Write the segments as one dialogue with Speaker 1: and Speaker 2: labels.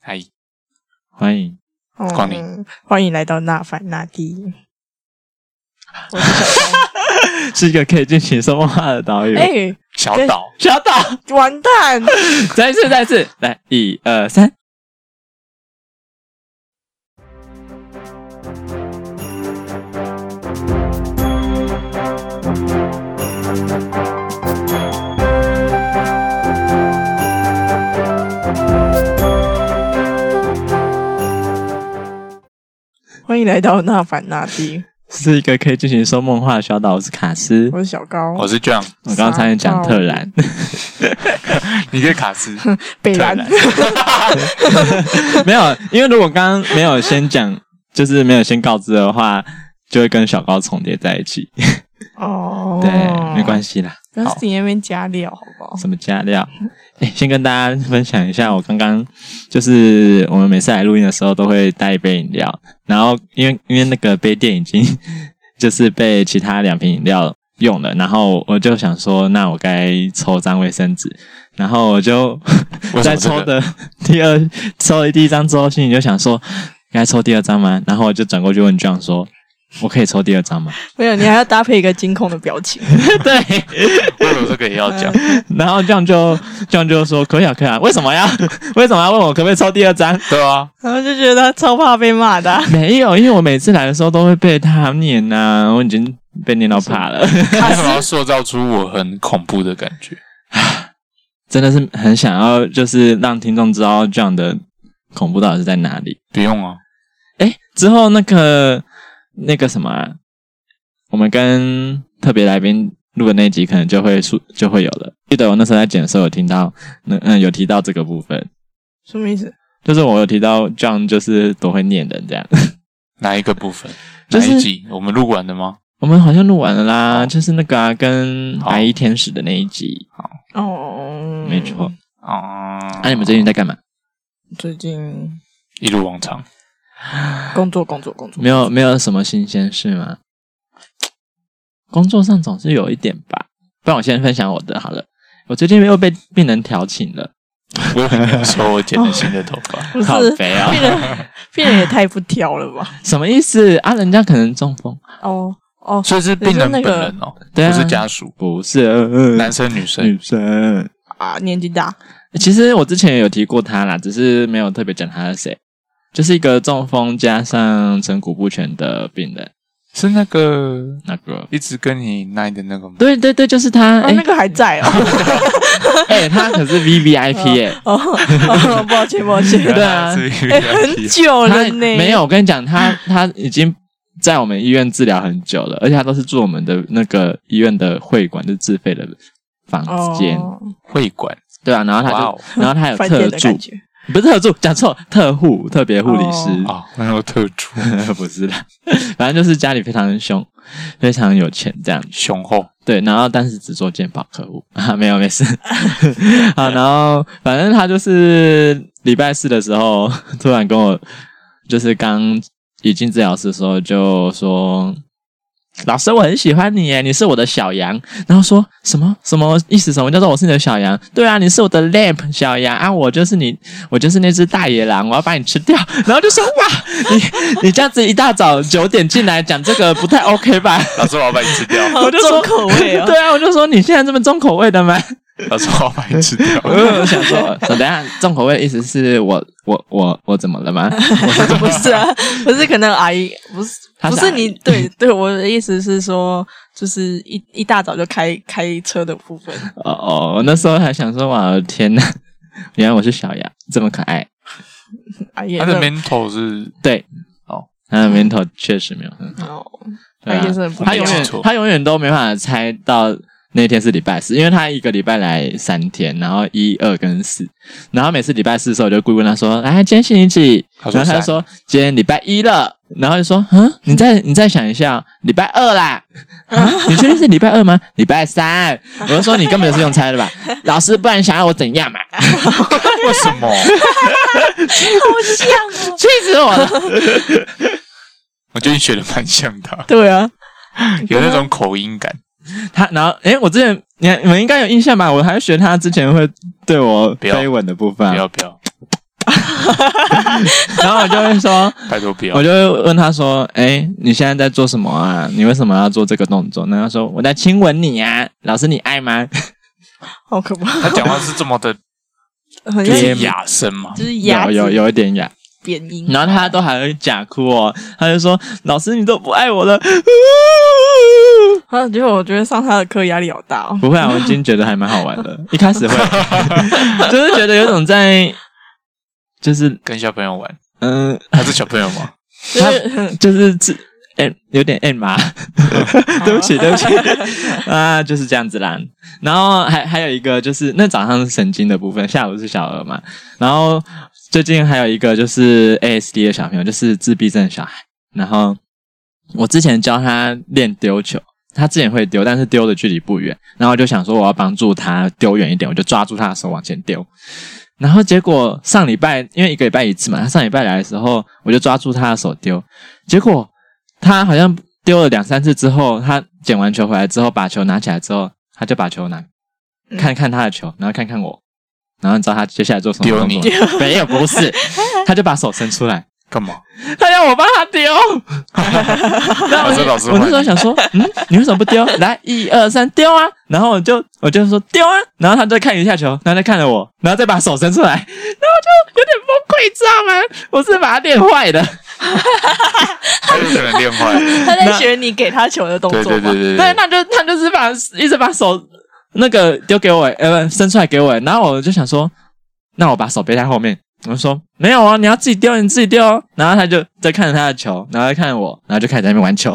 Speaker 1: 嗨，
Speaker 2: 欢迎。
Speaker 1: 光临
Speaker 3: 嗯欢迎来到纳凡纳地。我是小 光
Speaker 2: 是一个可以进行生活化的岛屿。
Speaker 3: 哎、
Speaker 1: 小岛，
Speaker 2: 小岛，
Speaker 3: 完蛋！
Speaker 2: 再一次，再一次，来，一二三。
Speaker 3: 欢迎来到纳凡纳 地。
Speaker 2: 是一个可以进行说梦话的小岛，我是卡斯。
Speaker 3: 我是小高，
Speaker 2: 哦
Speaker 1: 我是 John，
Speaker 2: 我刚刚差点讲特然，
Speaker 1: 你是卡斯，
Speaker 3: 北兰。
Speaker 2: 没有，因为如果刚刚没有先讲，就是没有先告知的话，就会跟小高重叠在一起。
Speaker 3: 哦，
Speaker 2: 对，没关
Speaker 3: 系，
Speaker 2: 系啦，
Speaker 3: 不要自己在那边加料，好不好？
Speaker 2: 什么加料？哎、先跟大家分享一下，我刚刚就是我们每次来录音的时候都会带一杯饮料，然后因为因为那个杯垫已经 就是被其他两瓶饮料用了，然后我就想说，那我该抽张卫生纸，然后我就
Speaker 1: 为什么这
Speaker 2: 在抽
Speaker 1: 个
Speaker 2: 的第二抽了第一张之后，心里就想说该抽第二张吗？然后我就转过去问 John 说。我可以抽第二张吗？
Speaker 3: 没有，你还要搭配一个惊恐的表情。
Speaker 2: 对，
Speaker 1: 我有这个也要讲，
Speaker 2: 然后 John 就 John 就说可以啊，可以啊，为什么要 为什么要问我可不可以抽第二张？
Speaker 1: 对啊，
Speaker 3: 然后就觉得他超怕被骂的啊、
Speaker 2: 没有，因为我每次来的时候都会被他念呐、我已经被念到怕了，
Speaker 1: 为什么要塑造出我很恐怖的感觉？
Speaker 2: 真的是很想要，就是让听众知道这样的恐怖到底是在哪里。
Speaker 1: 不用啊，
Speaker 2: 哎，之后那个那个什么、啊，我们跟特别来宾录的那集可能就会出就会有了。记得我那时候在剪的时候有听到，那嗯有提到这个部分，
Speaker 3: 什么意思？
Speaker 2: 就是我有提到 John 就是多会念人这样。
Speaker 1: 哪一个部分？
Speaker 2: 就
Speaker 1: 哪
Speaker 2: 是
Speaker 1: 一集？我们录完的吗？
Speaker 2: 我们好像录完了啦，就是那个、啊、跟
Speaker 1: 好
Speaker 2: 白衣天使的那一集，
Speaker 3: 哦，
Speaker 2: 没错。。
Speaker 1: 哦，
Speaker 2: 那、啊你们最近在干嘛？
Speaker 3: 最近
Speaker 1: 一如往常，
Speaker 3: 工作，工作，工作。
Speaker 2: 没有没有什么新鲜事吗？工作上总是有一点吧。不然我先分享我的好了。我最近又被病人调情了，
Speaker 1: 我有朋友说我剪了新的头发，
Speaker 3: 不是
Speaker 2: 好肥啊
Speaker 3: 病人， 病人也太不挑了吧？
Speaker 2: 什么意思啊？人家可能中风，
Speaker 3: 哦哦，
Speaker 1: 所以是病人本人哦，
Speaker 2: 对啊
Speaker 1: 不是家属，
Speaker 2: 不是、呃
Speaker 1: 男生女生
Speaker 2: 女生。
Speaker 3: 啊，年纪大，
Speaker 2: 其实我之前也有提过他啦，只是没有特别讲他是谁，就是一个中风加上成骨不全的病人。
Speaker 1: 是那个
Speaker 2: 那个，
Speaker 1: 一直跟你耐的那个吗？
Speaker 2: 对对对，就是他。
Speaker 3: 啊，
Speaker 2: 哎、
Speaker 3: 那个还在哦。
Speaker 2: 哎、他可是 V V I P 哎、
Speaker 3: 哦，哦抱歉抱 歉，
Speaker 2: 对啊
Speaker 1: 原来是
Speaker 3: 哎
Speaker 1: VIP
Speaker 3: 很久了
Speaker 2: 他
Speaker 3: 呢，
Speaker 2: 没有，我跟你讲， 他他已经在我们医院治疗很久了，而且他都是住我们的那个医院的会馆，就是自费的房间，
Speaker 3: 哦，
Speaker 1: 会馆，
Speaker 2: 对啊，然后他
Speaker 1: 哇
Speaker 2: 就，
Speaker 1: 哦
Speaker 2: 然后他有
Speaker 3: 饭
Speaker 2: 特
Speaker 3: 店的
Speaker 2: 助
Speaker 3: 感，觉，
Speaker 2: 不是特助，讲错，特护，特别护理师，
Speaker 3: 哦
Speaker 1: 啊，那有特助，
Speaker 2: 不是啦， 反正就是家里非常凶，非常有钱这样
Speaker 1: 雄厚，
Speaker 2: 对，然后但是只做健保客户 啊，没有没事啊。然后反正他就是礼拜四的时候突然跟我，就是刚一进治疗室的时候就说。老师，我很喜欢你耶，你是我的小羊。然后说什么什么意思？什么叫做我是你的小羊？对啊，你是我的 lamp 小羊啊，我就是你，我就是那只大野狼，我要把你吃掉。 然后就说哇，你你这样子一大早九点进来讲这个不太 OK 吧？
Speaker 1: 老师我要把你吃掉，
Speaker 3: 好重口味哦。
Speaker 2: 对啊，我就说你现在这么重口味的吗？
Speaker 1: 老师我要把你吃掉，
Speaker 2: 我想说，说等一下重口味的意思是我我我我怎么了吗？
Speaker 3: 不是啊，不是可能阿姨不是
Speaker 2: 她是
Speaker 3: 不
Speaker 2: 阿
Speaker 3: 是
Speaker 2: 姨
Speaker 3: 你对对我的意思是说，就是一一大早就开开车的部 分，
Speaker 2: 哦哦，我那时候还想说，哇天哪，原来我是小羊，这么可爱。
Speaker 3: 阿姨也
Speaker 1: 他
Speaker 3: 是
Speaker 1: 的
Speaker 3: 很
Speaker 1: mental 是
Speaker 2: 对，
Speaker 1: 哦，
Speaker 2: 他的名头确实没有很好，
Speaker 3: 哦，
Speaker 2: 对
Speaker 3: 阿
Speaker 2: 啊
Speaker 3: 姨也是很不
Speaker 2: 他永
Speaker 3: 挑
Speaker 2: 远
Speaker 1: 没错
Speaker 2: 他永远都没办法猜到。那天是礼拜四，因为他一个礼拜来三天，然后一二跟四，然后每次礼拜四的时候，我就故意问他说：“哎，今天星期几？”
Speaker 1: 他说
Speaker 2: 然后他
Speaker 1: 三
Speaker 2: 就说今天礼拜一了，然后就说嗯，你再你再想一下，礼拜二啦，啊、你确定是礼拜二吗？礼拜三，我就说你根本是用猜的吧，老师，不然想要我怎样嘛？
Speaker 1: 为什么？
Speaker 3: 好像哦，
Speaker 2: 气死我了！
Speaker 1: 我觉得你学的蛮像的，
Speaker 3: 对啊，
Speaker 1: 有那种口音感。
Speaker 2: 他然后诶，我之前你你们应该有印象吧？我还学他之前会对我
Speaker 1: 不要
Speaker 2: 飞吻的部分
Speaker 1: 不
Speaker 2: 啊，
Speaker 1: 要不要，
Speaker 2: 然后我就会说，
Speaker 1: 拜托不要
Speaker 2: 我。就会问他说：“哎、你现在在做什么啊？你为什么要做这个动作？”那他说：“我在亲吻你啊，老师你爱吗
Speaker 3: 好可怕，
Speaker 1: 他讲话是这么的，
Speaker 3: 很
Speaker 1: 就
Speaker 3: 像
Speaker 1: 是哑声嘛？”。
Speaker 3: 就是牙
Speaker 2: 有有
Speaker 3: 齿
Speaker 2: 有一点哑，
Speaker 3: 扁音，
Speaker 2: 然后他都还会假哭哦，他就说：“老师你都不爱我了。
Speaker 3: 啊，结果我觉得上他的课压力好大哦”。
Speaker 2: 不会啊，我已经觉得还蛮好玩的。一开始会， 就是觉得有种在，就是
Speaker 1: 跟小朋友玩，
Speaker 2: 嗯、
Speaker 1: 他是小朋友吗？
Speaker 3: 就是
Speaker 2: 就是自。哎、有点 M 吧， 对不起，对不起， 啊，就是这样子啦。然后还还有一个就是，那早上是神经的部分，下午是小儿嘛。然后最近还有一个就是 ASD 的小朋友，就是自闭症小孩。然后我之前教他练丢球，他之前会丢，但是丢的距离不远。然后我就想说我要帮助他丢远一点，我就抓住他的手往前丢。然后结果上礼拜因为一个礼拜一次嘛，他上礼拜来的时候，我就抓住他的手丢，结果他好像丢了两三次之后，他捡完球回来之后，把球拿起来之后，他就把球拿
Speaker 3: 嗯
Speaker 2: 看看他的球，然后看看我，然后你知道他接下来做什么
Speaker 1: 丢
Speaker 2: 动
Speaker 1: 你
Speaker 2: 作吗？ 没有，不是，他就把手伸出来，
Speaker 1: 干嘛？
Speaker 2: 他要我帮他 丢。那
Speaker 1: 老师老师
Speaker 2: 我那
Speaker 1: 坏
Speaker 2: 时候想说，嗯，你为什么不丢？来，一二三，丢啊！然后我就我就说丢啊！然后他再看一下球，然后再看了我，然后再把手伸出来，然后我就有点崩溃，知道吗？我是把他练坏的。
Speaker 1: 他有可能练坏。
Speaker 3: 他在学你给他球的动
Speaker 1: 对
Speaker 3: 作
Speaker 1: 对
Speaker 3: 嘛
Speaker 1: 对，对
Speaker 2: 对，，那就他就是把一直把手那个丢给我，呃，不伸出来给我，然后我就想说，那我把手背在后面，我就说没有啊，你要自己丢，你自己丢哦。然后他就在看着他的球，然后在看着我，然后就开始在那边玩球。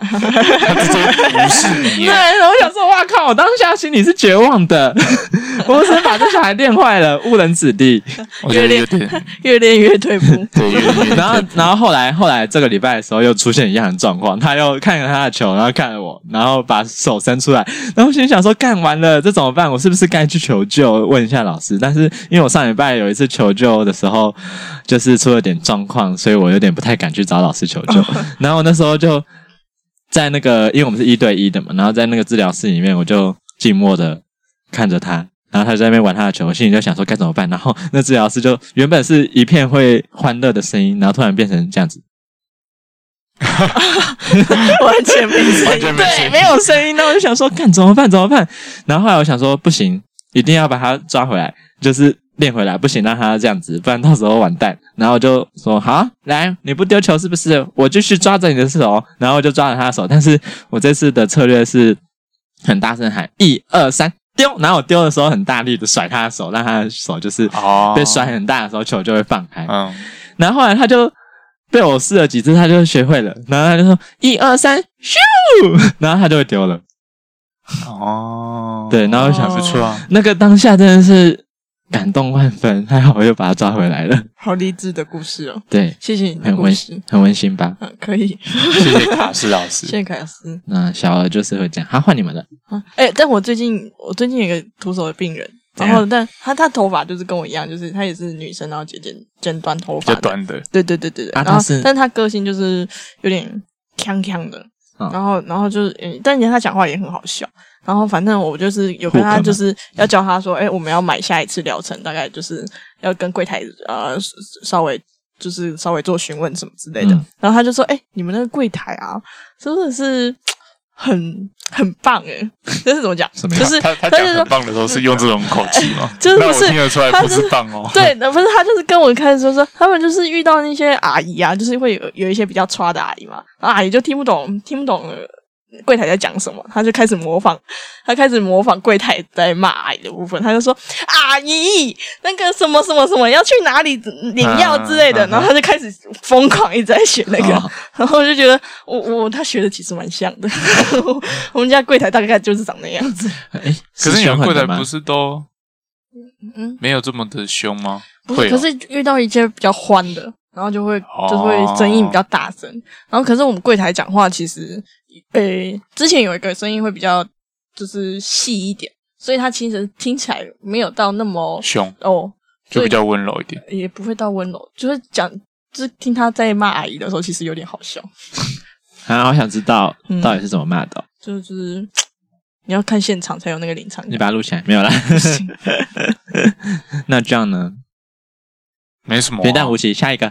Speaker 1: 他直接无视你
Speaker 2: 对，。我想说，哇靠！我当下心里是绝望的， 我只是把这小孩练坏了，误人子弟。
Speaker 1: 我觉得有点，
Speaker 3: 越练越 退步。
Speaker 1: 对，有点有点
Speaker 2: 然后，然后后来，后来这个礼拜的时候又出现一样的状况，他又看了他的球，然后看了我，然后把手伸出来，然后心里想说，干完了，这怎么办？我是不是该去求救，问一下老师？但是因为我上礼拜有一次求救的时候，就是出了点状况，所以我有点不太敢去找老师求救。 然后我那时候就在那个，因为我们是一对一的嘛，然后在那个治疗室里面，我就静默的看着他。然后他就在那边玩他的球，我心里就想说该怎么办。然后那治疗师就原本是一片会欢乐的声音，然后突然变成这样子，
Speaker 3: 完全没声
Speaker 1: 完
Speaker 3: 音，
Speaker 1: 全没
Speaker 2: 对，没有声音。那我就想说，看怎么办？怎么办？然后后来我想说，不行，一定要把他抓回来，就是练回来，不行让他这样子，不然到时候完蛋。然后我就说好，来，你不丢球是不是？我继续抓着你的手，然后我就抓着他的手。但是我这次的策略是很大声喊一二三丢，然后我丢的时候很大力的甩他的手，让他的手就是
Speaker 1: 哦，
Speaker 2: 被甩。很大的时候球就会放开。
Speaker 1: 嗯，
Speaker 2: 然后后来他就被我试了几次，他就学会了，然后他就说一二三咻，然后他就会丢了。
Speaker 1: 哦，
Speaker 2: 对，然后我想、
Speaker 3: 哦
Speaker 1: 不错啊，
Speaker 2: 那个当下真的是感动万分，还好我又把他抓回来了。
Speaker 3: 好励志的故事哦！
Speaker 2: 对，
Speaker 3: 谢谢你的
Speaker 2: 很
Speaker 3: 故
Speaker 2: 温
Speaker 3: 事
Speaker 2: 馨，，很温馨吧？
Speaker 3: 嗯，可以，
Speaker 1: 谢谢卡斯老
Speaker 3: 谢
Speaker 1: 师。
Speaker 3: 谢凯斯。
Speaker 2: 那小儿就是会这样。好，换你们了。
Speaker 3: 啊，哎、但我最近我最近有一个徒手的病人，
Speaker 2: 怎
Speaker 3: 然
Speaker 2: 样
Speaker 3: 后但他他头发就是跟我一样，就是他也是女生，然后剪剪剪短头
Speaker 1: 比
Speaker 3: 发，
Speaker 1: 较，短的，
Speaker 3: 对对对对对。
Speaker 2: 啊
Speaker 3: 然后
Speaker 2: 他是
Speaker 3: 但他个性就是有点锵锵的，
Speaker 2: 嗯
Speaker 3: 然后然后就是，嗯但是他讲话也很好笑。然后反正我就是有跟
Speaker 2: 互
Speaker 3: 他
Speaker 2: 坑啊
Speaker 3: 就是要教他说，哎、我们要买下一次疗程，大概就是要跟柜台呃稍微就是稍微做询问什么之类的。
Speaker 2: 嗯
Speaker 3: 然后他就说，哎、你们那个柜台啊，真的是很很棒哎，这是怎么讲？
Speaker 2: 什么意
Speaker 3: 就
Speaker 2: 思
Speaker 3: 是
Speaker 1: 他他
Speaker 3: 就
Speaker 1: 讲
Speaker 3: 是
Speaker 1: 很
Speaker 3: 说。
Speaker 1: 棒的时候是用这种口气吗？
Speaker 3: 就是
Speaker 1: 那
Speaker 3: 不
Speaker 1: 我
Speaker 3: 是
Speaker 1: 听得出来
Speaker 3: 他
Speaker 1: 不
Speaker 3: 就是
Speaker 1: 是棒哦。
Speaker 3: 对，那不是他就是跟我开始说说，他们就是遇到那些阿姨啊，就是会有有一些比较差的阿姨嘛，然后阿姨就听不懂，听不懂呃柜台在讲什么，他就开始模仿，他开始模仿柜台在骂阿姨的部分，他就说阿姨那个什么什么什么要去哪里领药之类
Speaker 1: 嗯
Speaker 3: 的，
Speaker 1: 嗯嗯
Speaker 3: 然后他就开始疯狂一直在学那个，
Speaker 2: 哦
Speaker 3: 然后我就觉得我我他学的其实蛮像的， 我们家柜台大概就是长那样子，
Speaker 2: 哎，
Speaker 1: 可是你
Speaker 2: 凶
Speaker 1: 们
Speaker 2: 狠
Speaker 1: 柜
Speaker 2: 的
Speaker 1: 台
Speaker 2: 吗
Speaker 1: 不是都
Speaker 3: 嗯
Speaker 1: 没有这么的凶吗？
Speaker 3: 不是，
Speaker 1: 会
Speaker 3: 可
Speaker 1: 哦
Speaker 3: 是遇到一些比较欢的，然后就会就会声音比较大声。然后可是我们柜台讲话其实，诶、之前有一个声音会比较就是细一点，所以它其实听起来没有到那么
Speaker 1: 凶，
Speaker 3: 哦，
Speaker 1: 就
Speaker 3: 所以
Speaker 1: 比较温柔一点。
Speaker 3: 也不会到温柔，就是讲就是听他在骂阿姨的时候，其实有点好笑，
Speaker 2: 啊，我想知道
Speaker 3: 嗯
Speaker 2: 到底是怎么骂的哦、
Speaker 3: 就是你要看现场才有那个临场
Speaker 2: 你
Speaker 3: 感。
Speaker 2: 把它录起来没有啦？那这样呢？
Speaker 1: 没什么、
Speaker 2: 平淡无
Speaker 1: 啊，
Speaker 2: 奇。下一个，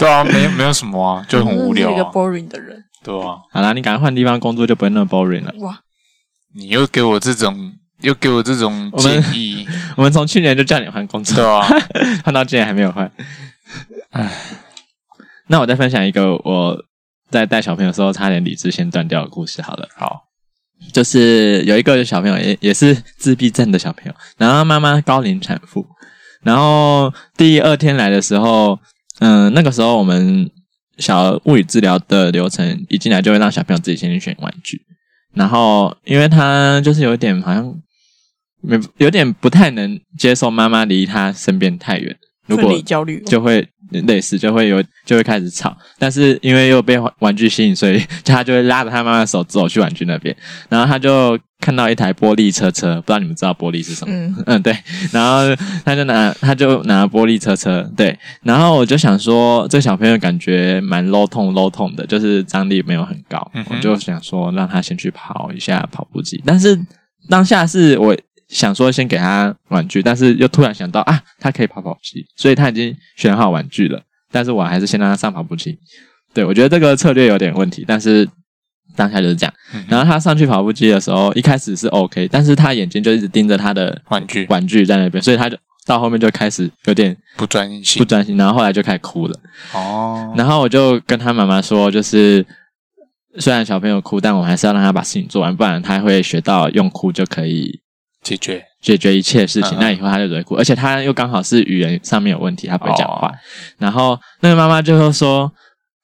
Speaker 1: 对啊，没没有什么 啊，就很无聊
Speaker 3: 就是一个
Speaker 1: 啊，
Speaker 3: boring 的人，
Speaker 1: 对啊，
Speaker 2: 好啦，你赶快换地方工作就不会那么 boring 了。
Speaker 3: 哇，
Speaker 1: 你又给我这种，又给我这种
Speaker 2: 我
Speaker 1: 建
Speaker 2: 们
Speaker 1: 议，
Speaker 2: 我们从去年就叫你换工作
Speaker 1: 对，啊，
Speaker 2: 换到今年还没有换。唉，那我再分享一个我在带小朋友的时候差点理智线断掉的故事好了。
Speaker 1: 好，
Speaker 2: 就是有一个小朋友也也是自闭症的小朋友，然后妈妈高龄产妇，然后第二天来的时候，嗯、那个时候我们小物理治疗的流程一进来就会让小朋友自己先去选玩具，然后因为他就是有点好像没有点不太能接受妈妈离他身边太远，如
Speaker 3: 分
Speaker 2: 果
Speaker 3: 离焦虑，
Speaker 2: 就会类似，就会有就会开始吵，但是因为又被玩玩具吸引，所以就他就会拉着他妈妈的手走去玩具那边，然后他就看到一台玻璃车车，不知道你们知道玻璃是什么？
Speaker 3: 嗯，
Speaker 2: 嗯，对，然后他就拿他就拿玻璃车车，对，然后我就想说，这小朋友感觉蛮 low 痛 low 痛的，就是张力没有很高，
Speaker 1: 嗯哼
Speaker 2: 我就想说让他先去跑一下跑步机，但是当下是我想说先给他玩具，但是又突然想到啊，他可以跑跑机，所以他已经选好玩具了，但是我还是先让他上跑步机，对我觉得这个策略有点问题，但是。当下就是这样，
Speaker 1: 嗯
Speaker 2: 然后他上去跑步机的时候，一开始是 OK，但是他眼睛就一直盯着他的
Speaker 1: 玩具
Speaker 2: 玩具在那边，所以他就到后面就开始有点
Speaker 1: 不专
Speaker 2: 不
Speaker 1: 心
Speaker 2: 专心，然后后来就开始哭了。
Speaker 1: 哦，
Speaker 2: 然后我就跟他妈妈说，就是虽然小朋友哭，但我们还是要让他把事情做完，不然他会学到用哭就可以
Speaker 1: 解决
Speaker 2: 解决一切事情
Speaker 1: 嗯。嗯
Speaker 2: 那以后他就只会哭，而且他又刚好是语言上面有问题，他不会讲话
Speaker 1: 哦。
Speaker 2: 然后那个妈妈就会说。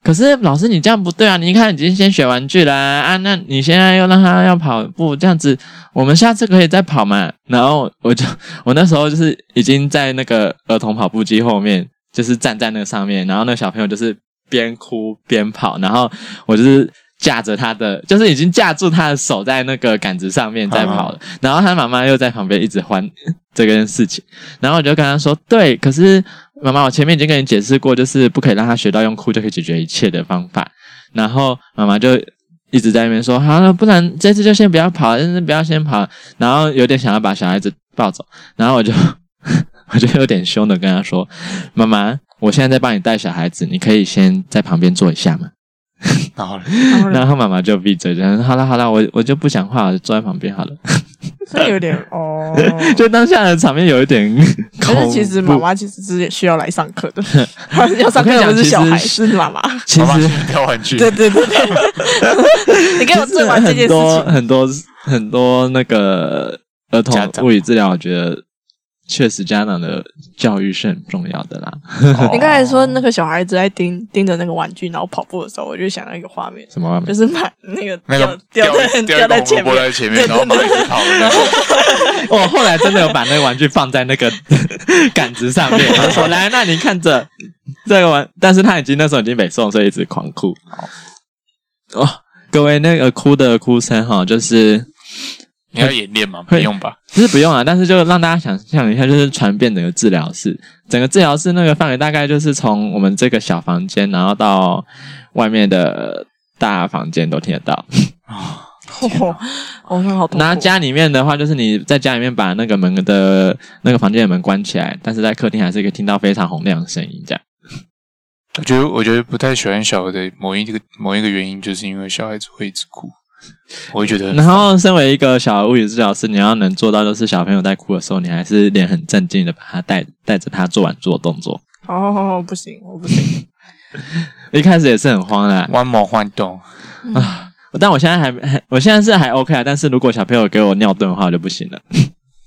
Speaker 2: 可是老师，你这样不对啊！你一看已经先选玩具啦啊，那你现在又让他要跑步，这样子我们下次可以再跑嘛。然后我就 我那时候就是已经在那个儿童跑步机后面，就是站在那个上面，然后那小朋友就是边哭边跑，然后我就是架着他的，就是已经架住他的手在那个杆子上面在跑了，然后他妈妈又在旁边一直欢这件事情，然后我就跟他说，对，可是妈妈，我前面已经跟你解释过，就是不可以让他学到用哭就可以解决一切的方法，然后妈妈就一直在那边说：“好了，不然这次就先不要跑，这次不要先跑。”然后有点想要把小孩子抱走，然后我就 我就有点凶的跟他说：“妈妈，我现在在帮你带小孩子，你可以先在旁边坐一下吗？”
Speaker 1: 然后呢
Speaker 3: 然后呢
Speaker 2: 然后妈妈就闭嘴，讲：“好了好了，我我就不讲话，我就坐在旁边好了。
Speaker 3: 这有点 哦，”
Speaker 2: 就当下的场面有一点 恐
Speaker 3: 但
Speaker 2: 怖。
Speaker 3: 是其实妈妈其实是需要来上课 的，要上课的不是小孩，是妈妈。
Speaker 2: 其
Speaker 1: 好吧，
Speaker 2: 实
Speaker 1: 先挑玩具，哦
Speaker 3: 对对对， 你给我
Speaker 2: 就是
Speaker 3: 做完这件
Speaker 2: 很
Speaker 3: 事
Speaker 2: 多
Speaker 3: 情，
Speaker 2: 很多很多那个儿童
Speaker 1: 家长
Speaker 2: 物理治疗，我觉得确实家长的教育是很重要的啦。
Speaker 1: 哦
Speaker 3: 你刚才说那个小孩子在盯盯着那个玩具，然后跑步的时候，我就想到一个画面，
Speaker 2: 什么？
Speaker 3: 就是把那个
Speaker 1: 那
Speaker 3: 掉
Speaker 1: 个
Speaker 3: 掉在
Speaker 1: 在
Speaker 3: 掉在前面，
Speaker 1: 在前面，然后马上就跑了，
Speaker 2: 我后来真的有把那个玩具放在那个 杆子上面，我就说：“来，那你看着这 个玩。”但是他已经那时候已经北宋，所以一直狂哭。哦，各位那个哭的哭声哈，就是
Speaker 1: 你要演练吗？不
Speaker 2: 会
Speaker 1: 用吧，
Speaker 2: 其实不用啊，但是就让大家想象一下，就是传遍整个治疗室，整个治疗室那个范围大概就是从我们这个小房间，然后到外面的大房间都听得到。
Speaker 3: 哦，我看好痛
Speaker 2: 那
Speaker 3: 苦。
Speaker 2: 家里面的话，就是你在家里面把那个门的那个房间的门关起来，但是在客厅还是可以听到非常洪亮的声音，这样。
Speaker 1: 我觉得我觉得不太喜欢小孩的某一个某一个原因，就是因为小孩子会一直哭，我会觉得
Speaker 2: 然后，身为一个小物理治疗师，你要能做到，就是小朋友在哭的时候，你还是脸很镇静的把他带带着他做完做动作。
Speaker 3: 哦，不行，我不行。
Speaker 2: 一开始也是很慌啊啦，
Speaker 1: 弯毛换 动，
Speaker 2: 但我现在还还， 我现在是还 OK 啊，但是如果小朋友给我尿遁的话，我就不行了。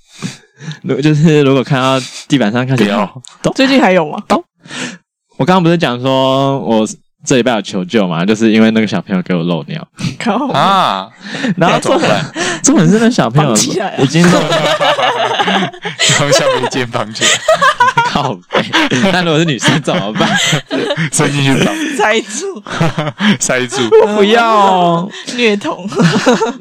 Speaker 2: 如就是如果看到地板上开始
Speaker 1: 不要，
Speaker 3: 最近还有吗？
Speaker 2: 我刚刚不是讲说我这礼拜有求救嘛，就是因为那个小朋友给我漏尿，
Speaker 3: 靠，
Speaker 1: 啊，
Speaker 2: 然后
Speaker 1: 那怎么
Speaker 2: 重
Speaker 1: 办？
Speaker 2: 重点是那小朋友
Speaker 3: 绑起来啊
Speaker 2: 已经漏
Speaker 1: 放下面肩膀 去，
Speaker 2: 靠背， 那如果是女生怎么办？
Speaker 1: 伸进去绑，
Speaker 3: 塞住
Speaker 1: 塞 住。
Speaker 2: 不要、哦，
Speaker 3: 虐童，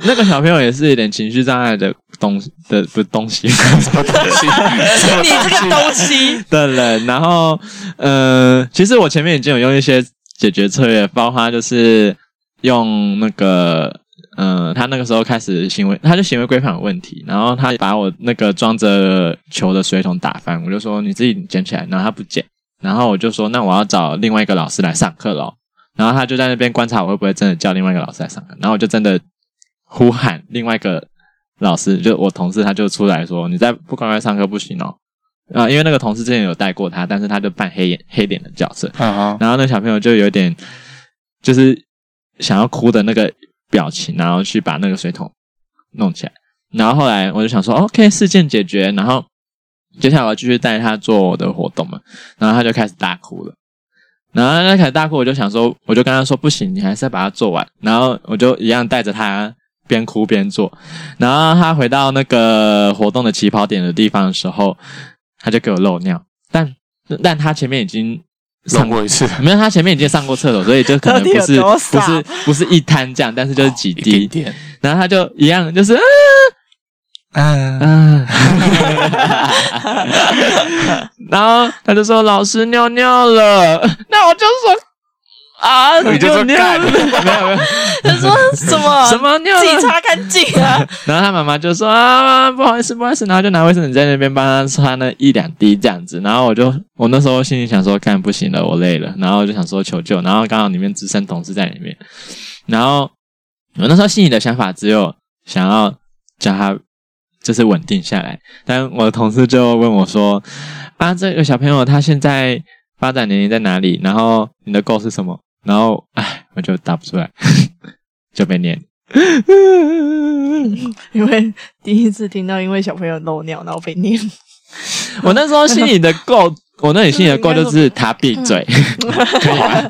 Speaker 2: 那个小朋友也是有点情绪障碍的东西的不是东西。
Speaker 1: 什么东西？啊什么
Speaker 3: 你这个 东西，
Speaker 2: 的人，然后呃，其实我前面已经有用一些解决策略，包括就是用那个。嗯，他那个时候开始行为，他就行为规范有问题，然后他把我那个装着球的水桶打翻，我就说你自己捡起来，然后他不捡，然后我就说，那我要找另外一个老师来上课咯。然后他就在那边观察我会不会真的叫另外一个老师来上课。然后我就真的呼喊另外一个老师，就我同事他就出来说：“你在不乖乖上课不行哦。”啊，因为那个同事之前有带过他，但是他就扮黑眼黑脸的角色。
Speaker 1: 啊哈，
Speaker 2: 然后那小朋友就有点就是想要哭的那个表情，然后去把那个水桶弄起来。然后后来我就想说，OK，事件解决。然后接下来我要继续带他做我的活动嘛，然后他就开始大哭了。然后他开始大哭，我就想说，我就跟他说不行，你还是要把它做完。然后我就一样带着他边哭边做。然后他回到那个活动的起跑点的地方的时候，他就给我漏尿，但但他前面已经
Speaker 1: 弄
Speaker 2: 上
Speaker 1: 过一次，
Speaker 2: 没有，他前面已经上过厕所，所以就可能不
Speaker 3: 到底
Speaker 2: 是
Speaker 3: 有多哦
Speaker 2: 不
Speaker 3: 傻
Speaker 2: 是不是一滩这样，但是就是几
Speaker 1: 一
Speaker 2: 滴。
Speaker 1: 点点，
Speaker 2: 然后他就一样，就是啊
Speaker 1: 嗯，
Speaker 2: 啊，然后他就说老师尿尿了，那我就说啊，
Speaker 1: 你就
Speaker 2: 又
Speaker 1: 说
Speaker 2: 尿
Speaker 1: 干
Speaker 2: 了，没有没有
Speaker 3: 他说 什么？
Speaker 2: 什么尿
Speaker 3: 哦自
Speaker 2: 了
Speaker 3: 己，擦干净啊！
Speaker 2: 然后他妈妈就说啊，不好意思，不好意思，然后就拿卫生纸在那边帮他擦那一两滴这样子。然后我就我那时候心里想说，干不行了，我累了，然后我就想说求救。然后刚好里面资深同事在里面，然后我那时候心里的想法只有想要叫他就是稳定下来。但我的同事就问我说啊，这个小朋友他现在发展年龄在哪里？然后你的 goal 是什么？然后唉，我就答不出来， 就被念。
Speaker 3: 因为 第一次听到，因为小朋友漏尿，然后被 念。
Speaker 2: 我那时候心里的 goal，我那里心里
Speaker 3: 嗯
Speaker 2: 的 goal 就是他闭嘴， 可以吗？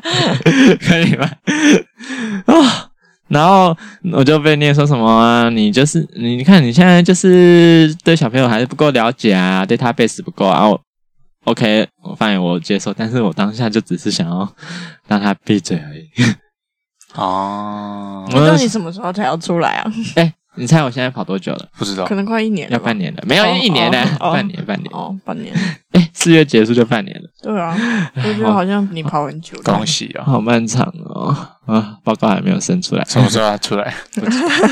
Speaker 2: 可以吗？啊！然后我就被念说什么啊？你就是你看你现在就是对小朋友还是不够了解啊，database 不够啊。我 OK，我发现我接受，但是我当下就只是想要让他闭嘴而已。
Speaker 1: 哦，
Speaker 2: 我
Speaker 3: 那你什么时候才要出来啊？
Speaker 2: 哎、你猜我现在跑多久了？
Speaker 1: 不知道
Speaker 3: 可，能快一年
Speaker 2: 要
Speaker 3: 了吧。
Speaker 2: 半年了，没有
Speaker 3: 哦
Speaker 2: 一年呢、
Speaker 3: 哦哦
Speaker 2: 半年半年。
Speaker 3: 哦，半年。
Speaker 2: 哎、四月结束就半年了，
Speaker 3: 对啊，我觉得好像你跑很久了
Speaker 1: 恭。喜啊！
Speaker 2: 好漫长哦啊！报告还没有生出来，
Speaker 1: 什么时候要出来？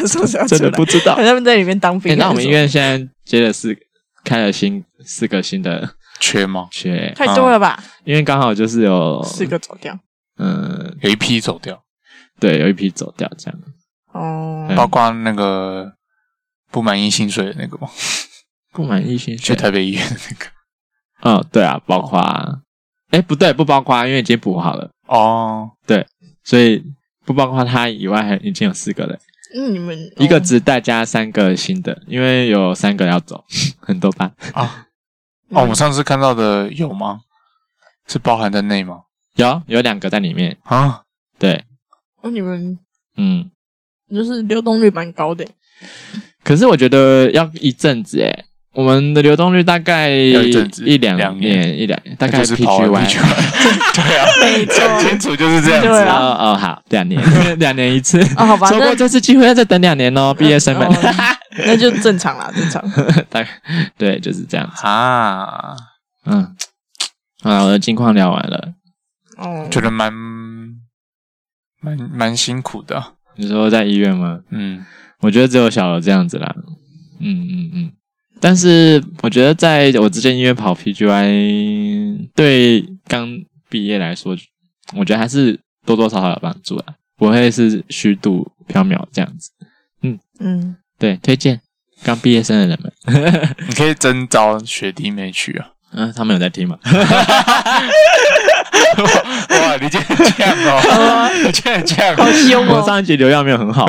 Speaker 3: 是不是要 出
Speaker 2: 真的
Speaker 3: 来？
Speaker 2: 不知 道。
Speaker 3: 他们在里面当
Speaker 2: 欸
Speaker 3: 兵。
Speaker 2: 那我们医院现在接了四，开了新四个新的
Speaker 1: 缺吗？
Speaker 2: 缺，
Speaker 3: 太多了吧？
Speaker 2: 因为刚好就是有
Speaker 3: 四，个走掉。
Speaker 2: 嗯，
Speaker 1: 有一批走掉，
Speaker 2: 对，有一批走掉这样。
Speaker 3: 哦，
Speaker 1: 包括那个不满意薪水的那个吗？
Speaker 2: 不满意薪
Speaker 1: 去
Speaker 2: 水，
Speaker 1: 台北医院的那个。
Speaker 2: 嗯，对啊，包括，哎、不对，不包括，因为已经补好了，
Speaker 1: 哦，
Speaker 2: 所以不包括他以外，还已经有四个了，
Speaker 3: 嗯，你们
Speaker 2: 一个
Speaker 3: 哦
Speaker 2: 只带加三个新的，因为有三个要走， 很多班
Speaker 1: 啊，
Speaker 2: 嗯
Speaker 1: 哦，我们上次看到的有吗？是包含在内吗？
Speaker 2: 有有两个在里面，
Speaker 1: 啊，
Speaker 2: 对，
Speaker 3: 哦你们
Speaker 2: 嗯，
Speaker 3: 就是流动率蛮高 的。
Speaker 2: 可是我觉得要一阵子哎，我们的流动率大概
Speaker 1: 要一阵子
Speaker 2: 一两
Speaker 1: 两年
Speaker 2: 年一两年，大概
Speaker 1: 那就是跑
Speaker 2: PGY
Speaker 1: 完 PGY 对啊，
Speaker 3: 没错
Speaker 1: 讲清楚就是这样
Speaker 3: 对
Speaker 1: 子
Speaker 3: 啊
Speaker 2: 哦哦好，两年两年一 次，
Speaker 3: 啊，好吧，
Speaker 2: 错
Speaker 3: 那
Speaker 2: 过这次机会要再等两年 哦，毕业生们，
Speaker 3: 哦那就正常啦，正常。
Speaker 2: 大概 对就是这样子，
Speaker 1: 啊，
Speaker 2: 嗯，啊我的近况聊完了，
Speaker 3: 哦，
Speaker 1: 觉得蛮蛮蛮辛苦的啊。
Speaker 2: 你说在医院吗？
Speaker 1: 嗯，
Speaker 2: 我觉得只有小楼这样子啦，嗯嗯嗯，但是我觉得在我之前医院跑 PGY 对刚毕业来说，我觉得还是多多少少有帮助啦，不会是虚度缥缈这样子，
Speaker 3: 嗯，
Speaker 2: 对，推荐刚毕业生的人们。
Speaker 1: 你可以征招学弟妹去啊。
Speaker 2: 嗯、他们有在听吗？
Speaker 1: 哇，你竟然这样 哦！
Speaker 2: 啊
Speaker 1: 你竟然这样，
Speaker 3: 凶
Speaker 2: 我！上一集流量没有很好，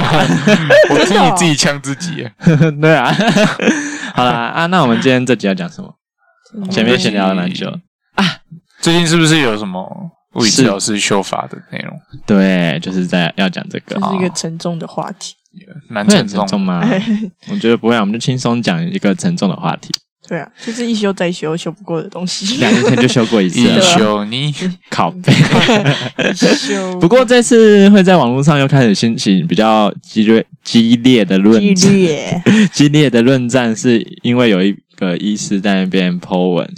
Speaker 1: 我自
Speaker 3: 真的
Speaker 1: 己
Speaker 3: 哦
Speaker 1: 自己呛自己耶。
Speaker 2: 对啊。 好啦啊，那我们今天这集要讲什么？前面闲聊了蛮久
Speaker 1: 啊。最近是不是有什么物理治疗师修法的内容？
Speaker 2: 对，就是在要讲这个
Speaker 3: 这，是一个沉重的话题。
Speaker 1: 蛮
Speaker 2: 会很
Speaker 1: 沉
Speaker 2: 沉
Speaker 1: 重
Speaker 2: 重
Speaker 1: 的。
Speaker 2: 吗？我觉得不会啊，我们就轻松讲一个沉重的话题。
Speaker 3: 对啊，就是一修再修，修不过的东西。
Speaker 2: 两 年前就修过一次啊
Speaker 1: 一
Speaker 2: 了，
Speaker 1: 休你
Speaker 2: 拷 贝。
Speaker 3: 一修
Speaker 2: 不过这次会在网络上又开始兴起比较激烈、激烈的论
Speaker 3: 纪
Speaker 2: 战。
Speaker 3: 律耶，
Speaker 2: 激烈的论战，是因为有一个医师在那边 Po 文，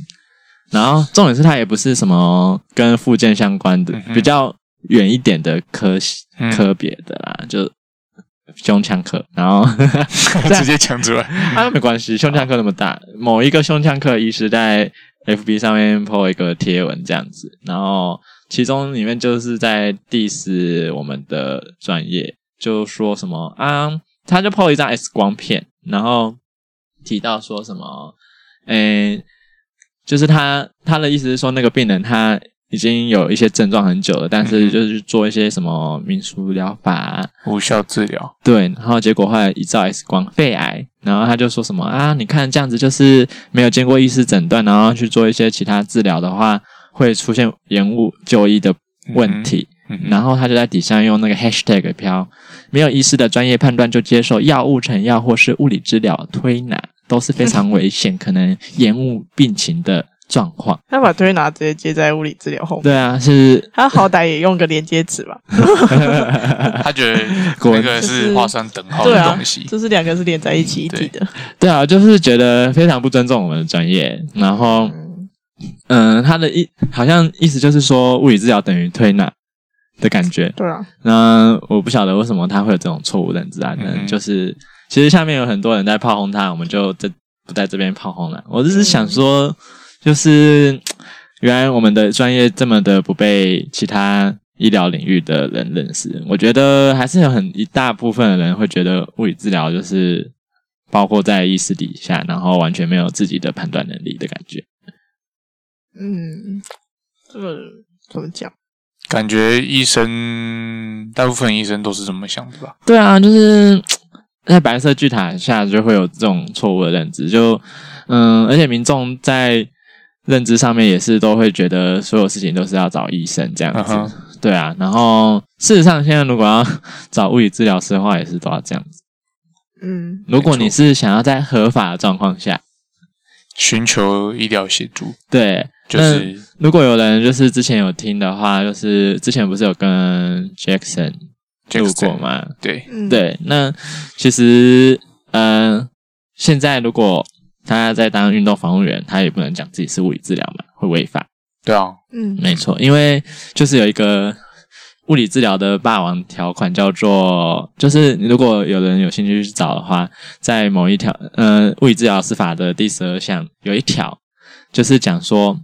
Speaker 2: 然后重点是他也不是什么跟附件相关的
Speaker 1: 嗯，哼
Speaker 2: 比较远一点的科系
Speaker 1: 嗯
Speaker 2: 科别的啦，就胸腔科，然后
Speaker 1: 直接讲出来。 啊
Speaker 2: 啊没关系，胸腔科那么大，某一个胸腔科医师在 FB 上面 po 一个贴文这样子，然后其中里面就是在 diss 我们的专业，就说什么啊，他就 po 一张 X 光片，然后提到说什么，诶、就是他他的意思是说，那个病人他已经有一些症状很久了，但
Speaker 1: 嗯
Speaker 2: 是
Speaker 1: 哼
Speaker 2: 就是做一些什么民俗疗法啊、
Speaker 1: 无效治疗，
Speaker 2: 对，然后结果后来一照 X 光，肺癌，然后他就说什么啊，你看这样子就是没有经过医师诊断，然后去做一些其他治疗的话，会出现延误就医的问题。
Speaker 1: 嗯哼
Speaker 2: 然后他就在底下用那个 hashtag 飘，没有医师的专业判断就接受药物成药或是物理治疗推拿，都是非常危险，可能延误病情的状
Speaker 1: 嗯
Speaker 2: 况。
Speaker 3: 他把推拿直接接在物理治疗后面，
Speaker 2: 对啊，是
Speaker 3: 他好歹也用个连接词吧？
Speaker 1: 他觉 得
Speaker 2: 果
Speaker 1: 那个是画上等号
Speaker 3: 对
Speaker 1: 的
Speaker 3: 啊
Speaker 1: 东西，，
Speaker 3: 就是两个是连在一起一体的。
Speaker 2: 对啊，就是觉得非常不尊重我们的专业，然后。
Speaker 3: 嗯，
Speaker 2: 嗯，他的意好像意思就是说物理治疗等于推拿的感觉。
Speaker 3: 对啊，
Speaker 2: 那我不晓得为什么他会有这种错误认知啊，可
Speaker 1: 嗯
Speaker 2: 能就是其实下面有很多人在炮轰他，我们就在不在这边炮轰了。我只是想说，就是原来我们的专业这么的不被其他医疗领域的人认识，我觉得还是有很一大部分的人会觉得物理治疗就是包括在意识底下，然后完全没有自己的判断能力的感觉。
Speaker 3: 嗯，这个怎么讲？
Speaker 1: 感觉医生大部分医生都是这么想的吧？
Speaker 2: 对啊，就是在白色巨塔下就会有这种错误的认知，就嗯，而且民众在认知上面也是都会觉得所有事情都是要找医生这样子。
Speaker 1: 嗯
Speaker 2: 对啊，然后事实上现在如果要找物理治疗师的话，也是都要这样子。
Speaker 3: 嗯，
Speaker 2: 如果你是想要在合法的状况下，
Speaker 1: 寻求医疗协助，
Speaker 2: 对，
Speaker 1: 就是
Speaker 2: 如果有人就是之前有听的话，就是之前不是有跟 Jackson 录过
Speaker 1: Jackson，
Speaker 2: 吗？
Speaker 1: 对，
Speaker 3: 嗯，
Speaker 2: 对，那其实，嗯、现在如果他在当运动防护员，他也不能讲自己是物理治疗嘛，会违法。
Speaker 1: 对啊，
Speaker 3: 嗯，
Speaker 2: 没错，因为就是有一个物理治疗的霸王条款，叫做就是如果有人有兴趣去找的话，在某一条呃物理治疗师法的第十二项有一条，就是讲说，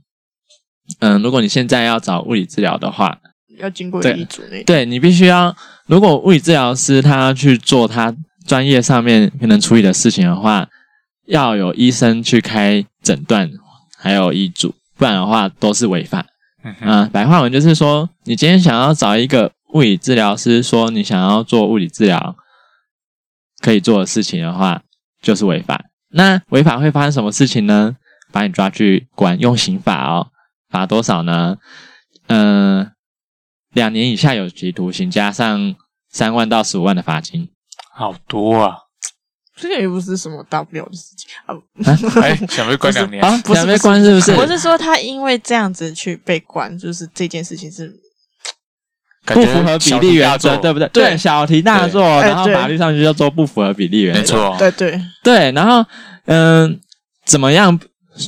Speaker 2: 嗯、如果你现在要找物理治疗的话，
Speaker 3: 要经过
Speaker 2: 对
Speaker 3: 医嘱那
Speaker 2: 对你必须要，如果物理治疗师他要去做他专业上面可能处理的事情的话，要有医生去开诊断，还有医嘱，不然的话都是违法。
Speaker 1: 嗯哼，
Speaker 2: 啊、白话文就是说，你今天想要找一个物理治疗师，说你想要做物理治疗可以做的事情的话，就是违法。那违法会发生什么事情呢？把你抓去关，用刑法哦，罚多少呢？嗯、两年以下有期徒刑，加上三万到十五万的罚金。
Speaker 1: 好多啊，
Speaker 3: 这个也不是什么大不了的事情啊。
Speaker 1: 哎，想被关两年，
Speaker 2: 啊，
Speaker 3: 不是
Speaker 2: 两被关是不是？
Speaker 3: 我是说，他因为这样子去被关，就是这件事情是
Speaker 1: 感
Speaker 2: 不
Speaker 1: 觉
Speaker 2: 符合比
Speaker 1: 小
Speaker 2: 例
Speaker 1: 题
Speaker 2: 原
Speaker 1: 大做
Speaker 2: 则，对不对？
Speaker 3: 对
Speaker 2: 小题大做，
Speaker 3: 对
Speaker 2: 然后
Speaker 3: 哎对
Speaker 2: 法律上去叫做不符合比例原
Speaker 1: 没
Speaker 2: 则。
Speaker 1: 错，
Speaker 3: 对对，
Speaker 2: 对，然后嗯、怎么样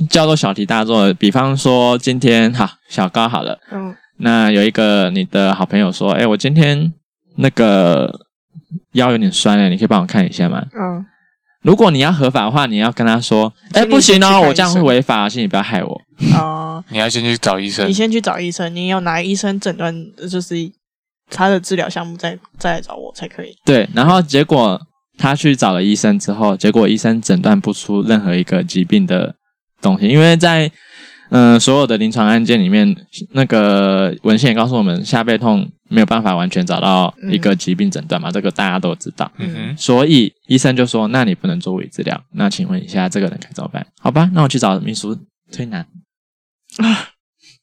Speaker 2: 叫做小题大做？比方说今天哈小高好了，
Speaker 3: 嗯
Speaker 2: 那有一个你的好朋友说，哎，我今天那个腰有点酸了，你可以帮我看一下吗？
Speaker 3: 嗯，
Speaker 2: 如果你要合法的话，你要跟他说，哎，
Speaker 3: 请你
Speaker 2: 不行
Speaker 3: 先去
Speaker 2: 哦，
Speaker 3: 看
Speaker 2: 我这样
Speaker 3: 医
Speaker 2: 会
Speaker 3: 生
Speaker 2: 违法，请你不要害我。
Speaker 3: 啊、
Speaker 1: 你要先去找医生
Speaker 3: 你，先去找医生，你有拿医生诊断，就是他的治疗项目再再来找我才可以。
Speaker 2: 对，然后结果他去找了医生之后，结果医生诊断不出任何一个疾病的东西，因为在嗯、呃所有的临床案件里面，那个文献也告诉我们，下背痛没有办法完全找到一
Speaker 3: 嗯
Speaker 2: 个疾病诊断嘛，这个大家都知道。
Speaker 1: 嗯
Speaker 2: 所以医生就说：“那你不能做物理治疗，那请问一下，这个人该怎么办？好吧，那我去找民俗推拿。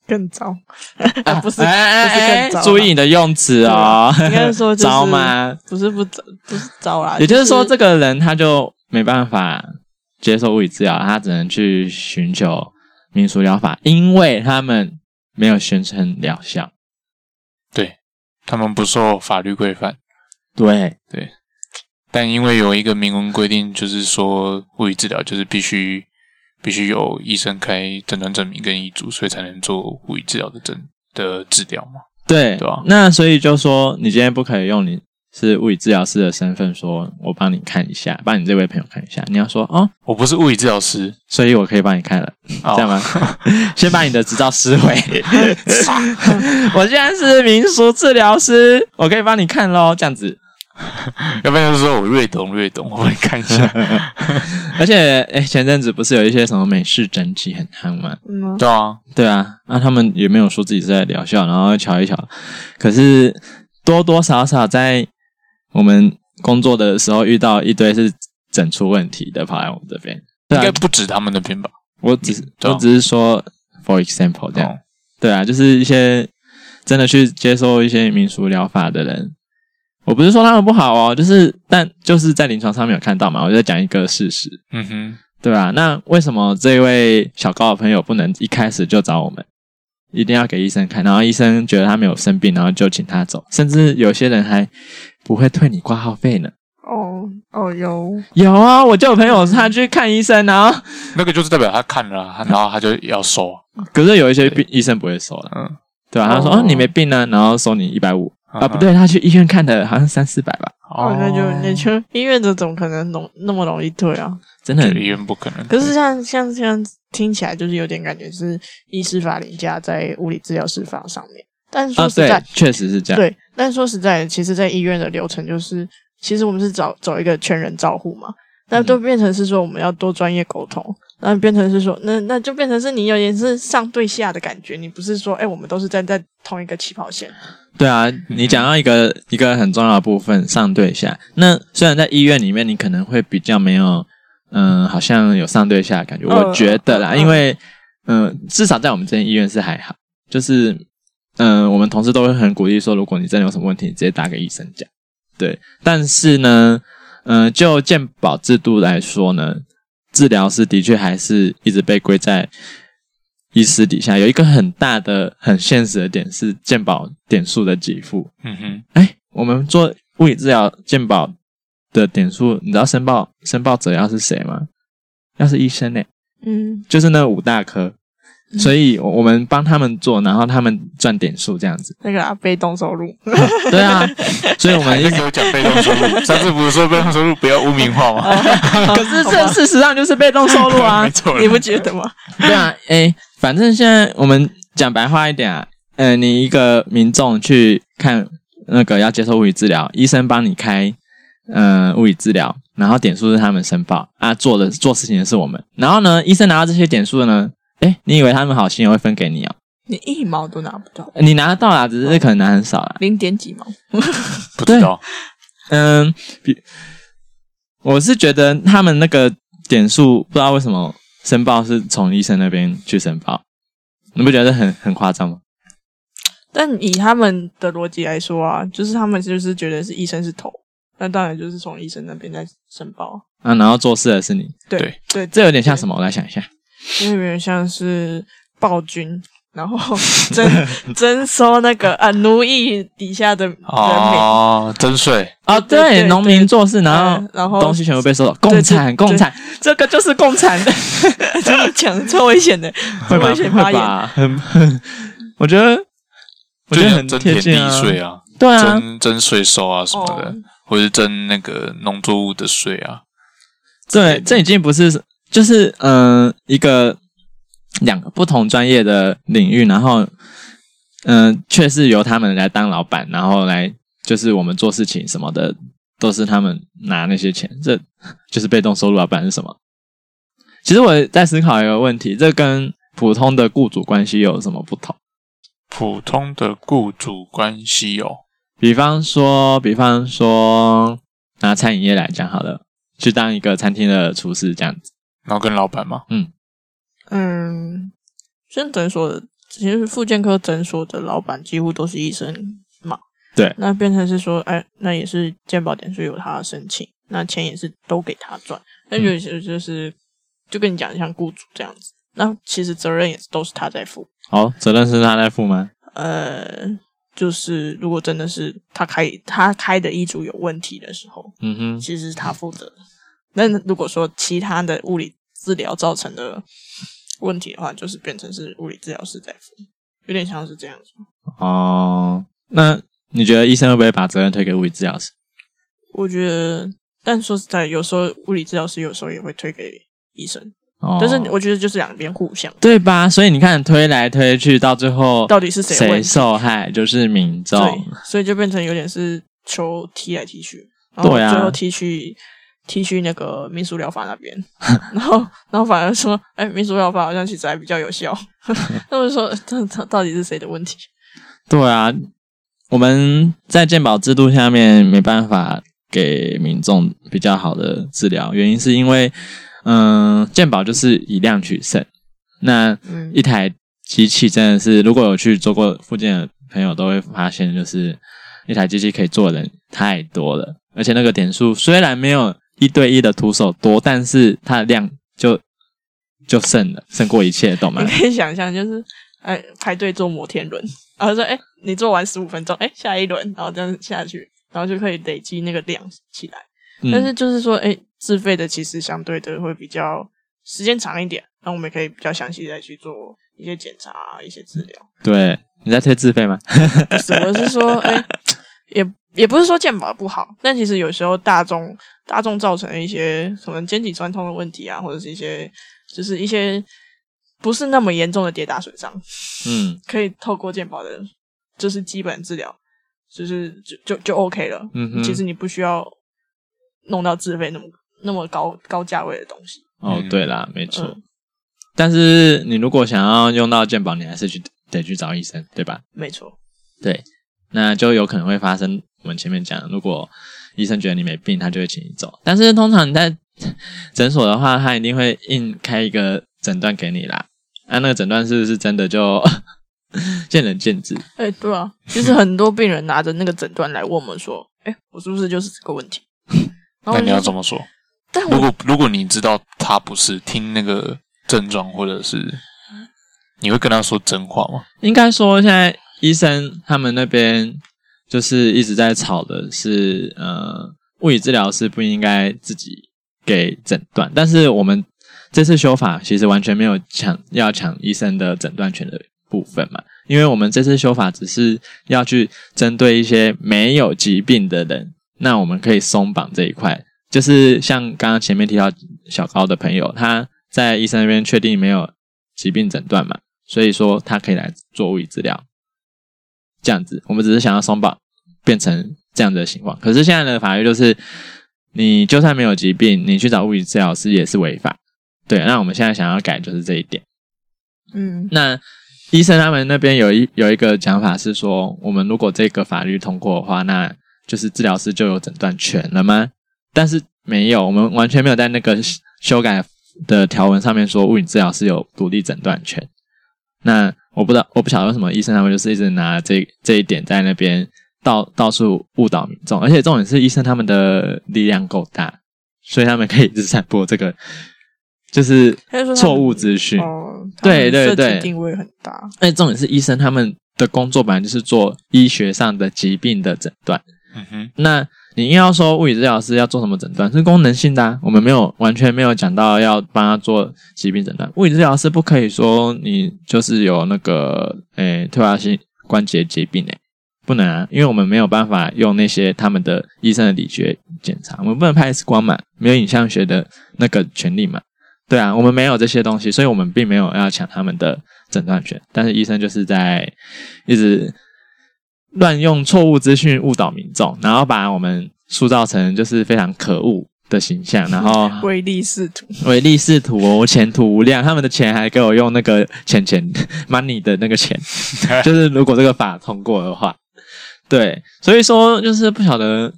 Speaker 3: 更糟， 啊、不是，
Speaker 2: 哎哎
Speaker 3: 不是
Speaker 2: 哎
Speaker 3: 更糟啦嗯
Speaker 2: 注意你的用词哦，
Speaker 3: 应 该说就是
Speaker 2: 糟吗？
Speaker 3: 不是不糟，不是糟啦。
Speaker 2: 也就是说，这个人他就没办法接受物理治疗，他只能去寻求民俗疗法，因为他们没有宣称疗效。
Speaker 1: 对他们不受法律规范，
Speaker 2: 对，
Speaker 1: 但因为有一个明文规定，就是说物理治疗就是必须必须有医生开诊断证明跟医嘱，所以才能做物理治疗的诊的治疗嘛。
Speaker 2: 对，
Speaker 1: 对啊
Speaker 2: 那所以就说，你今天不可以用你是物理治疗师的身份说，我帮你看一下，帮你这位朋友看一下。你要说哦，
Speaker 1: 我不是物理治疗师，
Speaker 2: 所以我可以帮你看了，
Speaker 1: 哦
Speaker 2: 这样吗？ 先把你的执照 撕毁。我现在是民俗治疗师，我可以帮你看喽，这样子。
Speaker 1: 要不然就是说我略懂略懂，我帮你看一下。
Speaker 2: 而且，哎，前阵子不是有一些什么美式整体很夯吗？
Speaker 3: 嗯，
Speaker 1: 对啊，
Speaker 2: 对啊，那、他们也没有说自己是在疗效，然后瞧一瞧。可是多多少少在我们工作的时候遇到一堆是整出问题的，跑来我们这边。对
Speaker 1: 应该
Speaker 2: 啊，
Speaker 1: 不止他们那边吧？
Speaker 2: 我只是
Speaker 1: 对啊
Speaker 2: 我只是说，for example 这样。
Speaker 1: 哦
Speaker 2: 对啊，就是一些真的去接受一些民俗疗法的人，我不是说他们不好哦，就是但就是在临床上面有看到嘛，我就在讲一个事实。
Speaker 1: 嗯哼，
Speaker 2: 对啊，那为什么这位小高的朋友不能一开始就找我们？一定要给医生看，然后医生觉得他没有生病，然后就请他走，甚至有些人还不会退你挂号费呢。
Speaker 3: 哦哦有，
Speaker 2: 有啊，我就有朋友他去看医生，然后
Speaker 1: 那个就是代表他看了啊、然后他就要收啊。
Speaker 2: 可是有一些病医生不会收了，
Speaker 1: 嗯，
Speaker 2: 对吧、他说
Speaker 3: 哦
Speaker 2: 哦你没病呢，然后收你一百五
Speaker 1: 嗯
Speaker 2: 啊，
Speaker 1: 哼
Speaker 2: 不，对，他去医院看的好像三四百吧，
Speaker 1: 哦
Speaker 3: 哦那就那就医院的怎么可能容那么容易退啊？
Speaker 2: 真的
Speaker 1: 就
Speaker 2: 很
Speaker 1: 医院不可能。
Speaker 3: 可是像像像听起来就是有点感觉是医师法凌驾在物理治疗师法上面，但是
Speaker 2: 啊，
Speaker 3: 说实在，
Speaker 2: 对，确实是这样，
Speaker 3: 对，啊但说实在，其实，在医院的流程就是，其实我们是找走一个全人照护嘛，那都变成是说我们要多专业沟通，那变成是说，那那就变成是你有点是上对下的感觉，你不是说，哎、我们都是站在同一个起跑线，
Speaker 2: 对啊，你讲到一个一个很重要的部分，上对下。那虽然在医院里面，你可能会比较没有，嗯、好像有上对下的感觉。
Speaker 3: 嗯
Speaker 2: 我觉得啦，
Speaker 3: 嗯
Speaker 2: 因为，嗯、至少在我们这间医院是还好，就是，嗯、我们同事都会很鼓励说，如果你真的有什么问题，你直接打给医生讲。对，但是呢，嗯、就健保制度来说呢，治疗师的确还是一直被归在医师底下。有一个很大的、很现实的点是健保点数的给付。
Speaker 1: 嗯哼，
Speaker 2: 哎，我们做物理治疗健保的点数，你知道申报申报者要是谁吗？要是医生呢、
Speaker 3: 嗯，
Speaker 2: 就是那五大科。所以我我们帮他们做，然后他们赚点数这样子。
Speaker 3: 那个啊，被动收 入，
Speaker 2: 对啊，所以我们
Speaker 1: 还在给我讲被动收入，上次不是说被动收入不要污名化吗？
Speaker 2: 可是这事实上就是被动收入啊
Speaker 1: 没。错啦，
Speaker 3: 你不觉得吗？
Speaker 2: 对啊，诶、反正现在我们讲白话一点啊，呃，你一个民众去看那个要接受物理治疗，医生帮你开呃物理治疗，然后点数是他们申报啊，做的做事情的是我们，然后呢，医生拿到这些点数呢，诶、你以为他们好心也会分给你哦？
Speaker 3: 你一毛都拿不到，
Speaker 2: 你拿得到啦，只是可能拿很少啦。
Speaker 3: 零点几毛，
Speaker 1: 不知道，
Speaker 2: 嗯，比我是觉得他们那个点数不知道为什么申报是从医生那边去申报，你不觉得很很夸张吗？
Speaker 3: 但以他们的逻辑来说啊，就是他们就是觉得是医生是头，那当然就是从医生那边在申报啊。
Speaker 2: 啊，然后做事的是你，
Speaker 3: 对
Speaker 1: 对
Speaker 3: 对，
Speaker 2: 这有点像什么？我来想一下，
Speaker 3: 因为有点像是暴君，然后征 征收那个啊奴役底下的人民，
Speaker 1: 哦，征税，
Speaker 2: 哦，
Speaker 3: 对对
Speaker 2: 对，
Speaker 3: 对
Speaker 2: 农民做事，然
Speaker 3: 嗯
Speaker 2: 后
Speaker 3: 然后
Speaker 2: 东西全部被收走，
Speaker 3: 对
Speaker 2: 共
Speaker 3: 对
Speaker 2: 产，共
Speaker 3: 对
Speaker 2: 产，这个就是共产，
Speaker 3: 这么讲超危险的，超
Speaker 2: 会吗？
Speaker 3: 危险发
Speaker 2: 会
Speaker 3: 言。
Speaker 2: 吧？ 很，很我觉得，我觉得很
Speaker 1: 就像
Speaker 2: 贴
Speaker 1: 征田
Speaker 2: 近
Speaker 1: 地
Speaker 2: 啊，
Speaker 1: 税啊，
Speaker 2: 对啊，
Speaker 1: 征征税收啊什么的
Speaker 3: 哦，
Speaker 1: 或者是征那个农作物的税啊，
Speaker 2: 对，这已经不是，就是嗯、呃一个两个不同专业的领域，然后嗯、呃却是由他们来当老板，然后来就是我们做事情什么的，都是他们拿那些钱，这就是被动收入啊，不然是什么？其实我在思考一个问题，这跟普通的雇主关系有什么不同？
Speaker 1: 普通的雇主关系哦，
Speaker 2: 比方说，比方说拿餐饮业来讲好了，去当一个餐厅的厨师这样子，
Speaker 1: 然后跟老板嘛，
Speaker 3: 嗯，像诊所的，其实妇健科诊所的老板几乎都是医生嘛，
Speaker 2: 对
Speaker 3: 那变成是说，哎，那也是健保点数有他的申请，那钱也是都给他赚，那有
Speaker 2: 嗯
Speaker 3: 些就是、就跟你讲的像雇主这样子，那其实责任也是都是他在负。
Speaker 2: 好、责任是他在负吗？
Speaker 3: 呃，就是如果真的是他开他开的医嘱有问题的时候，
Speaker 2: 嗯哼，
Speaker 3: 其实是他负责的。那如果说其他的物理治疗造成的问题的话，就是变成是物理治疗师在负，有点像是这样子。
Speaker 2: 哦，那你觉得医生会不会把责任推给物理治疗师？
Speaker 3: 我觉得，但说实在，有时候物理治疗师有时候也会推给医生，
Speaker 2: 哦
Speaker 3: 但是我觉得就是两边互相，
Speaker 2: 对吧？所以你看，推来推去，到最后
Speaker 3: 到底是谁的
Speaker 2: 谁
Speaker 3: 问题
Speaker 2: 受害，就是民
Speaker 3: 对
Speaker 2: 众。，
Speaker 3: 所以就变成有点是球踢来踢去，然后
Speaker 2: 对啊
Speaker 3: 最后踢去踢去那个民俗疗法那边， 然后然后反而说，哎，民俗疗法好像其实还比较有效。 那我就说， 这这到底是谁的问题？
Speaker 2: 对啊，我们在健保制度下面没办法给民众比较好的治疗，原因是因为，嗯、健保就是以量取胜。那
Speaker 3: 嗯，
Speaker 2: 一台机器真的是，如果有去做过附近的朋友都会发现，就是一台机器可以做的人太多了，而且那个点数虽然没有一对一的徒手多，但是它的量就就胜了，胜过一切，懂吗
Speaker 3: 你？可以想象，就是哎排队做摩天轮，然后说，哎，你做完十五分钟，哎，下一轮，然后这样下去，然后就可以累积那个量起来。 但是
Speaker 2: 嗯，
Speaker 3: 就是说，哎，自费的其实相对的会比较时间长一点，那我们也可以比较详细地再去做一些检查、啊一些治疗。
Speaker 2: 对，你在推自费吗？
Speaker 3: 不是，我是说，哎，也也不是说健保不好，但其实有时候大众大众造成的一些可能肩颈酸痛的问题啊，或者是一些就是一些不是那么严重的跌打损伤，
Speaker 2: 嗯。
Speaker 3: 可以透过健保的，就是基本治疗，就是就就就 OK 了。
Speaker 2: 嗯哼
Speaker 3: 其实你不需要弄到自费那么那么高高价位的东西。
Speaker 2: 哦
Speaker 1: 嗯，
Speaker 2: 对啦，没错。
Speaker 3: 嗯，
Speaker 2: 但是你如果想要用到健保，你还是去得去找医生，对吧？
Speaker 3: 没错，
Speaker 2: 对，那就有可能会发生我们前面讲的，如果医生觉得你没病，他就会请你走。但是通常你在诊所的话，他一定会硬开一个诊断给你啦。啊，那个诊断是不是真的就 见仁见智？
Speaker 3: 哎、对啊，其实很多病人拿着那个诊断来问我们说，哎、我是不是就是这个问题？
Speaker 1: 那
Speaker 2: 哦
Speaker 3: 然后我
Speaker 1: 你要怎
Speaker 3: 就说，
Speaker 1: 么说？
Speaker 3: 但
Speaker 1: 如
Speaker 3: 我
Speaker 1: 果如果你知道他不是，听那个症状或者是，你会跟他说真话吗？
Speaker 2: 应该说，现在医生他们那边就是一直在吵的是，呃，物理治疗师不应该自己给诊断，但是我们这次修法其实完全没有抢要抢医生的诊断权的部分嘛，因为我们这次修法只是要去针对一些没有疾病的人，那我们可以松绑这一块，就是像刚刚前面提到小高的朋友，他在医生那边确定没有疾病诊断嘛，所以说他可以来做物理治疗，这样子，我们只是想要松绑，变成这样子的情况。可是现在的法律就是，你就算没有疾病，你去找物理治疗师也是违法。对，那我们现在想要改就是这一点。
Speaker 3: 嗯，
Speaker 2: 那医生他们那边有一有一个讲法是说，我们如果这个法律通过的话，那就是治疗师就有诊断权了吗？但是没有，我们完全没有在那个修修改的条文上面说物理治疗师有独立诊断权。那我不知道，我不晓得为什么医生他们就是一直拿这这一点在那边到到处误导民众，而且重点是医生他们的力量够大，所以他们可以一直散播这个就是
Speaker 3: 他就说他们
Speaker 2: 错误资讯。
Speaker 3: 哦，他们
Speaker 2: 嗯对对
Speaker 3: 社群
Speaker 2: 对啊
Speaker 3: 定位很大，
Speaker 2: 而且重点是医生他们的工作本来就是做医学上的疾病的诊断。
Speaker 1: 嗯哼，
Speaker 2: 那你硬要说物理治疗师要做什么诊断是功能性的、啊，我们没有完全没有讲到要帮他做疾病诊断。物理治疗师不可以说你就是有那个诶退化性关节疾病诶、不能啊，因为我们没有办法用那些他们的医生的理学检查，我们不能拍 X 光嘛，没有影像学的那个权利嘛。对啊，我们没有这些东西，所以我们并没有要抢他们的诊断权。但是医生就是在一直乱用错误资讯误导民众，然后把我们塑造成就是非常可恶的形象，然后
Speaker 3: 唯利是图。
Speaker 2: 唯利是图哦，前途无量。他们的钱还给我用那个钱钱 money 的那个钱，就是如果这个法通过的话，对，所以说就是不晓得，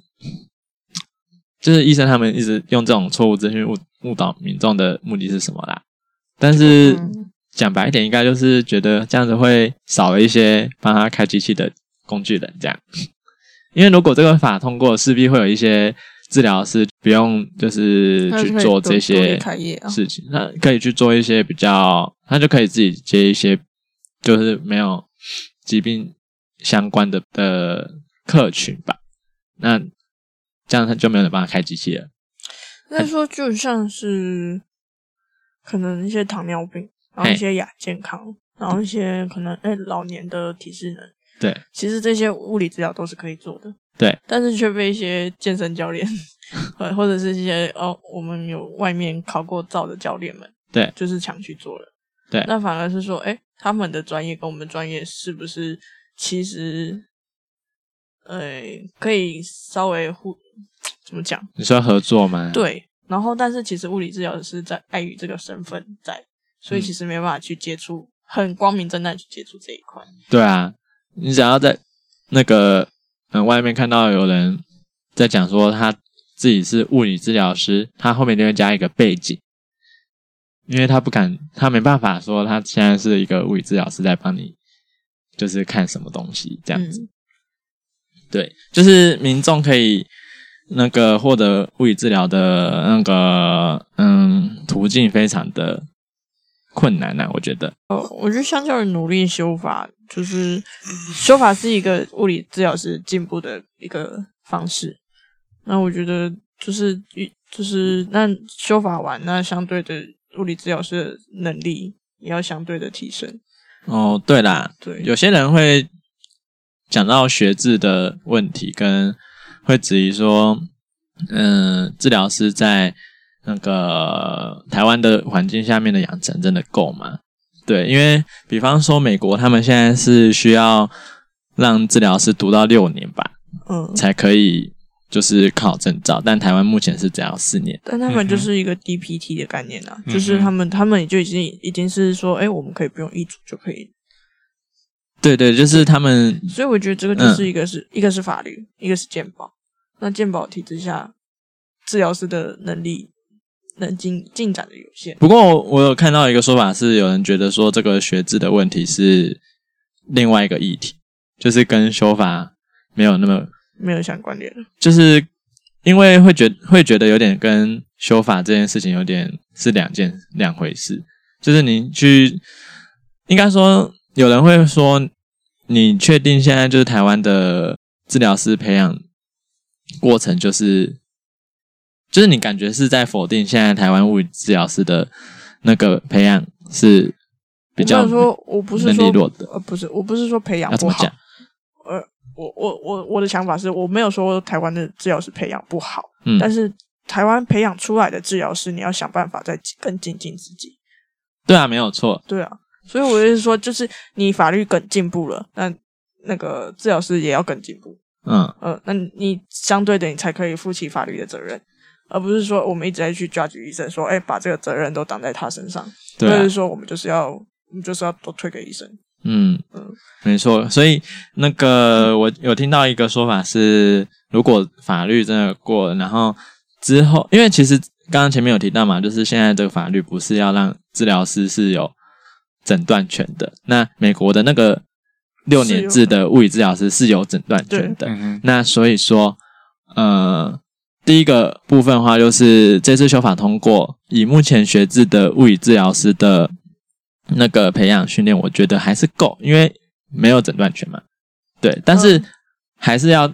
Speaker 2: 就是医生他们一直用这种错误资讯误误导民众的目的是什么啦？但是
Speaker 3: 嗯
Speaker 2: 讲白一点，应该就是觉得这样子会少了一些帮他开机器的工具人，这样。因为如果这个法通过，势必会有一些治疗师不用就是
Speaker 3: 那就
Speaker 2: 去
Speaker 3: 可以
Speaker 2: 做
Speaker 3: 多
Speaker 2: 这
Speaker 3: 多
Speaker 2: 些
Speaker 3: 离开业啊
Speaker 2: 事情，那可以去做一些比较，他就可以自己接一些就是没有疾病相关的的客群吧。那这样他就没有人帮他开机器了。
Speaker 3: 那说就像是可能一些糖尿病，然后一
Speaker 2: 嘿
Speaker 3: 些亚健康，然后一些可能哎、老年的体适能，
Speaker 2: 对
Speaker 3: 其实这些物理治疗都是可以做的，
Speaker 2: 对，
Speaker 3: 但是却被一些健身教练， 呃，或者是一些哦，我们有外面考过照的教练们，
Speaker 2: 对
Speaker 3: 就是强去做了，
Speaker 2: 对
Speaker 3: 那反而是说，哎，他们的专业跟我们专业是不是其实，呃，可以稍微互怎么讲？
Speaker 2: 你说合作吗？，
Speaker 3: 对，然后但是其实物理治疗师在碍于这个身份在，所以其实没办法去接触，很光明正大地去接触这一块。
Speaker 2: 对啊，你想要在那个嗯外面看到有人在讲说他自己是物理治疗师，他后面就会加一个背景，因为他不敢，他没办法说他现在是一个物理治疗师在帮你，就是看什么东西这样子。
Speaker 3: 嗯
Speaker 2: 对，就是民众可以那个获得物理治疗的那个嗯途径非常的困难啊呐、我觉得。
Speaker 3: 哦，我觉得相较于努力修法，就是修法是一个物理治疗师进步的一个方式。那我觉得就是就是那修法完，那相对的物理治疗师的能力也要相对的提升。
Speaker 2: 哦，对啦，
Speaker 3: 对，
Speaker 2: 有些人会讲到学制的问题，跟会质疑说，嗯、治疗师在那个台湾的环境下面的养成真的够吗？对，因为比方说美国，他们现在是需要让治疗师读到六年吧，
Speaker 3: 嗯，
Speaker 2: 才可以就是考证照，但台湾目前是只要四年。
Speaker 3: 但他
Speaker 2: 嗯
Speaker 3: 们就是一个 DPT 的概念啊，
Speaker 1: 嗯哼
Speaker 3: 就是他们他们也就已经已经是说，哎、我们可以不用医嘱就可以。
Speaker 2: 对对，就是他们
Speaker 3: 所以我觉得这个
Speaker 2: 嗯
Speaker 3: 就是一个是、一个是法律，一个是健保。那健保体制下，治疗师的能力能进进展的有限。
Speaker 2: 不过我有看到一个说法是，有人觉得说这个学制的问题是另外一个议题，就是跟修法没有那么，
Speaker 3: 没有相关联，
Speaker 2: 就是因为会觉会觉得有点跟修法这件事情有点是两件两回事，就是你去，应该说有人会说，你确定现在就是台湾的治疗师培养过程就是就是你感觉是在否定现在台湾物理治疗师的那个培养是比
Speaker 3: 我
Speaker 2: 较
Speaker 3: 没有说我不是
Speaker 2: 能力
Speaker 3: 说
Speaker 2: 弱的
Speaker 3: 呃，不是，我不是说培养
Speaker 2: 要怎
Speaker 3: 不
Speaker 2: 么
Speaker 3: 好
Speaker 2: 讲，？
Speaker 3: 而我我我我的想法是我没有说台湾的治疗师培养不好，
Speaker 2: 嗯
Speaker 3: 但是台湾培养出来的治疗师，你要想办法再更精进自己。
Speaker 2: 对啊，没有错，
Speaker 3: 对啊，所以我就是说，就是你法律更进步了，那那个治疗师也要更进步。
Speaker 2: 嗯，
Speaker 3: 呃，那你相对的，你才可以负起法律的责任，而不是说我们一直在去 judge 医生，说哎，把这个责任都挡在他身上。
Speaker 2: 对、
Speaker 3: 或
Speaker 2: 啊
Speaker 3: 者是，说我们就是要，我们就是要都推给医生。
Speaker 2: 嗯，没错。所以那个我有听到一个说法是，如果法律真的过了，然后之后，因为其实刚刚前面有提到嘛，就是现在这个法律不是要让治疗师是有诊断权的。那美国的那个六年制的物理治疗师是有诊断权的。
Speaker 1: 嗯哼，
Speaker 2: 那所以说，呃，第一个部分的话，就是这次修法通过，以目前学制的物理治疗师的呃那个培养训练，我觉得还是够，因为没有诊断权嘛。对，但是
Speaker 3: 嗯
Speaker 2: 还是要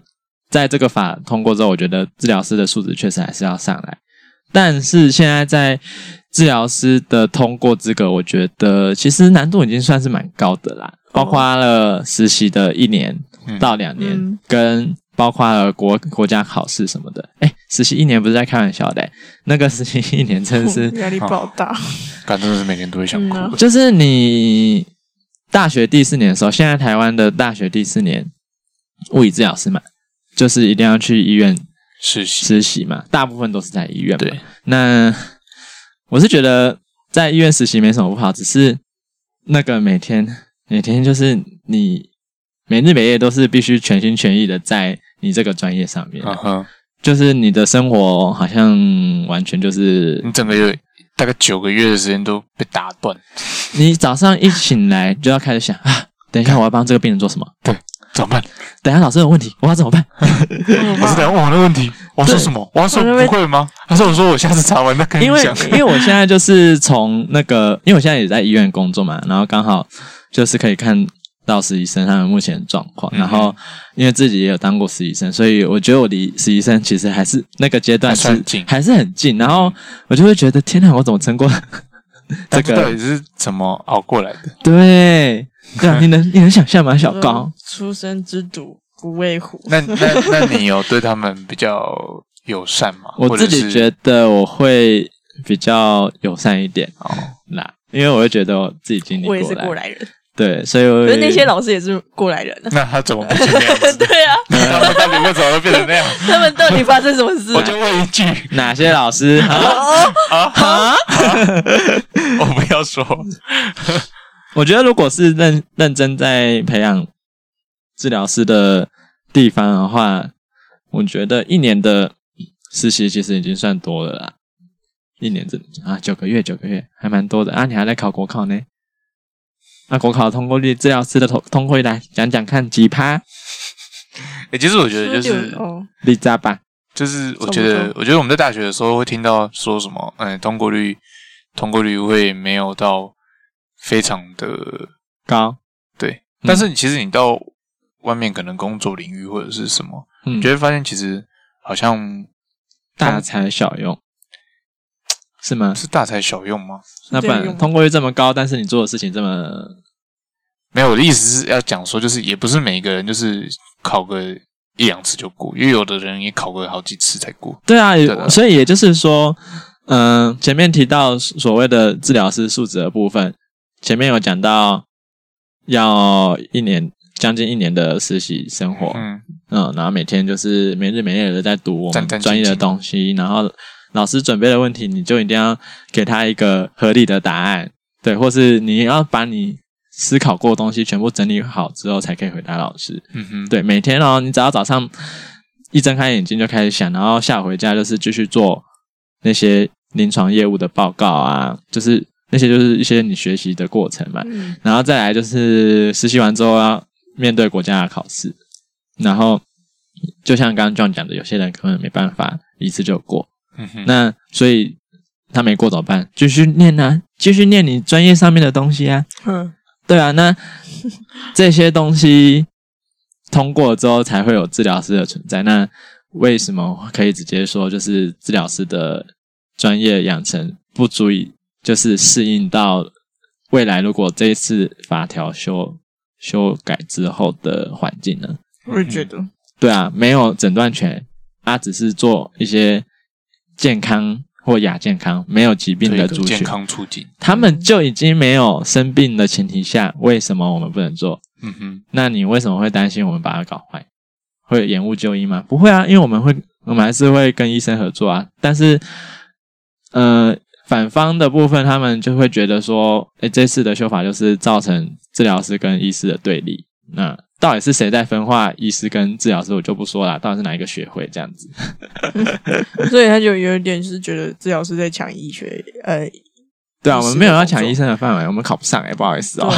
Speaker 2: 在这个法通过之后，我觉得治疗师的素质确实还是要上来。但是现在在治疗师的通过资格，我觉得其实难度已经算是蛮高的啦，包括了实习的一年
Speaker 1: 嗯
Speaker 2: 到两年，
Speaker 3: 嗯，
Speaker 2: 跟包括了国国家考试什么的。哎，实习一年不是在开玩笑的、那个实习一年真的是
Speaker 3: 压力爆大。
Speaker 1: 感真的是每天都会想哭。
Speaker 3: 嗯
Speaker 2: 就是你大学第四年的时候，现在台湾的大学第四年物理治疗师嘛，就是一定要去医院
Speaker 1: 实习，
Speaker 2: 实习嘛，大部分都是在医院嘛。
Speaker 1: 对，
Speaker 2: 那我是觉得在医院实习没什么不好，只是那个每天每天就是你每日每夜都是必须全心全意的在你这个专业上面，
Speaker 1: 嗯哼，
Speaker 2: 就是你的生活好像完全就是
Speaker 1: 你整个有大概九个月的时间都被打断，
Speaker 2: 你早上一醒来就要开始想啊，等一下我要帮这个病人做什么？
Speaker 1: 怎么办？
Speaker 2: 等一下老师有问题，我要怎么办？
Speaker 1: 我是想问我的问题，我要说什么？我要说
Speaker 3: 我就
Speaker 1: 不
Speaker 3: 会
Speaker 1: 会吗？还是我说我下次查完再跟你
Speaker 2: 因为
Speaker 1: 讲？
Speaker 2: 因为我现在就是从那个，因为我现在也在医院工作嘛，然后刚好就是可以看到实习生他们目前的状况，
Speaker 1: 嗯
Speaker 2: 然后因为自己也有当过实习生，所以我觉得我离实习生其实还是那个阶段
Speaker 1: 还
Speaker 2: 是
Speaker 1: 算近嗯
Speaker 2: 还是很近，然后我就会觉得天哪，我怎么撑过这
Speaker 1: 但这到
Speaker 2: 个？
Speaker 1: 底是怎么熬过来的？
Speaker 2: 对，对啊，你能你能想象吗？小高，
Speaker 3: 出嗯生之犊不畏虎。
Speaker 1: 那那那你有对他们比较友善吗？
Speaker 2: 我自己觉
Speaker 1: 得
Speaker 2: 得我会比较友善一点
Speaker 1: 哦，
Speaker 2: 啦，因为我会觉得我自己经历
Speaker 3: 我也是过
Speaker 2: 来，
Speaker 3: 来人，
Speaker 2: 对，所以我
Speaker 3: 可是那些老师也是过来人啊。
Speaker 1: 那他怎么不是那样 子？
Speaker 3: 对啊，
Speaker 1: 他们到底为什么会变成那样？
Speaker 3: 他们到底发生什么事啊
Speaker 1: 我？就问一句，
Speaker 2: 哪些老师？
Speaker 1: 我不要说，
Speaker 2: 我觉得如果是认认真在培养治疗师的地方的话，我觉得一年的实习其实已经算多了啦。一年这啊九个月，九个月还蛮多的啊！你还在考国考呢？那、国考通过率，治疗师的通通过率来讲讲看几趴？
Speaker 1: 欸 其实我觉得就
Speaker 3: 出
Speaker 1: 是
Speaker 3: 丢哦，
Speaker 2: 你咋吧？
Speaker 1: 就是我
Speaker 3: 差不
Speaker 1: 觉得
Speaker 3: 多，
Speaker 1: 我觉得我们在大学的时候会听到说什么，嗯，通过率通过率会没有到非常的
Speaker 2: 高，
Speaker 1: 对，但是你其实你到外面可能工作领域或者是什么，
Speaker 2: 嗯
Speaker 1: 你就，会发现其实好像
Speaker 2: 大材小用，是吗？
Speaker 1: 是大材小用吗？
Speaker 2: 那
Speaker 3: 这样用
Speaker 2: 本
Speaker 3: 吗
Speaker 2: 通过率这么高，但是你做的事情这么
Speaker 1: 没有，我的意思是要讲说，就是也不是每个人就是考个一两次就过，因为有的人也考个好几次才过。
Speaker 2: 对啊，
Speaker 1: 的
Speaker 2: 所以也就是说，嗯、前面提到所谓的治疗师素质的部分，前面有讲到要一年将近一年的实习生活，嗯
Speaker 1: 嗯，
Speaker 2: 然后每天就是没日没夜的在读我
Speaker 1: 战
Speaker 2: 们
Speaker 1: 战兢兢
Speaker 2: 专业的东西，然后老师准备的问题，你就一定要给他一个合理的答案，对，或是你要把你思考过的东西全部整理好之后，才可以回答老师。
Speaker 1: 嗯哼，
Speaker 2: 对，每天哦，你只要早上一睁开眼睛就开始想，然后下午回家就是继续做那些临床业务的报告啊，就是那些就是一些你学习的过程嘛。
Speaker 3: 嗯，
Speaker 2: 然后再来就是实习完之后要面对国家的考试，然后就像刚刚 John 讲的，有些人可能没办法一次就过，
Speaker 1: 嗯哼，
Speaker 2: 那所以他没过怎么办？继续念啊，继续念你专业上面的东西啊。
Speaker 3: 嗯
Speaker 2: 对啊，那这些东西通过之后才会有治疗师的存在。那为什么可以直接说，就是治疗师的专业养成不足以就是适应到未来如果这一次法条修修改之后的环境呢？
Speaker 3: 我也觉得，
Speaker 2: 对啊，没有诊断权，他只是做一些健康或亚健康没有疾病
Speaker 1: 做一
Speaker 2: 的
Speaker 1: 个
Speaker 2: 族群
Speaker 1: 健，康促进。
Speaker 2: 他们就已经没有生病的前提下，为什么我们不能做？
Speaker 1: 嗯哼，
Speaker 2: 那你为什么会担心我们把它搞坏，会延误就医吗？不会啊，因为我们会，我们还是会跟医生合作啊。但是，呃，反方的部分，他们就会觉得说，诶，这次的修法就是造成治疗师跟医师的对立。那到底是谁在分化医师跟治疗师，我就不说了。到底是哪一个学会这样子？
Speaker 3: 所以他就有一点是觉得治疗师在抢医学，呃，
Speaker 2: 对啊，我
Speaker 3: 医师
Speaker 2: 们没有
Speaker 3: 的
Speaker 2: 要
Speaker 3: 工
Speaker 2: 抢
Speaker 3: 作
Speaker 2: 医生的范围，我们考不上诶，不好意思哦。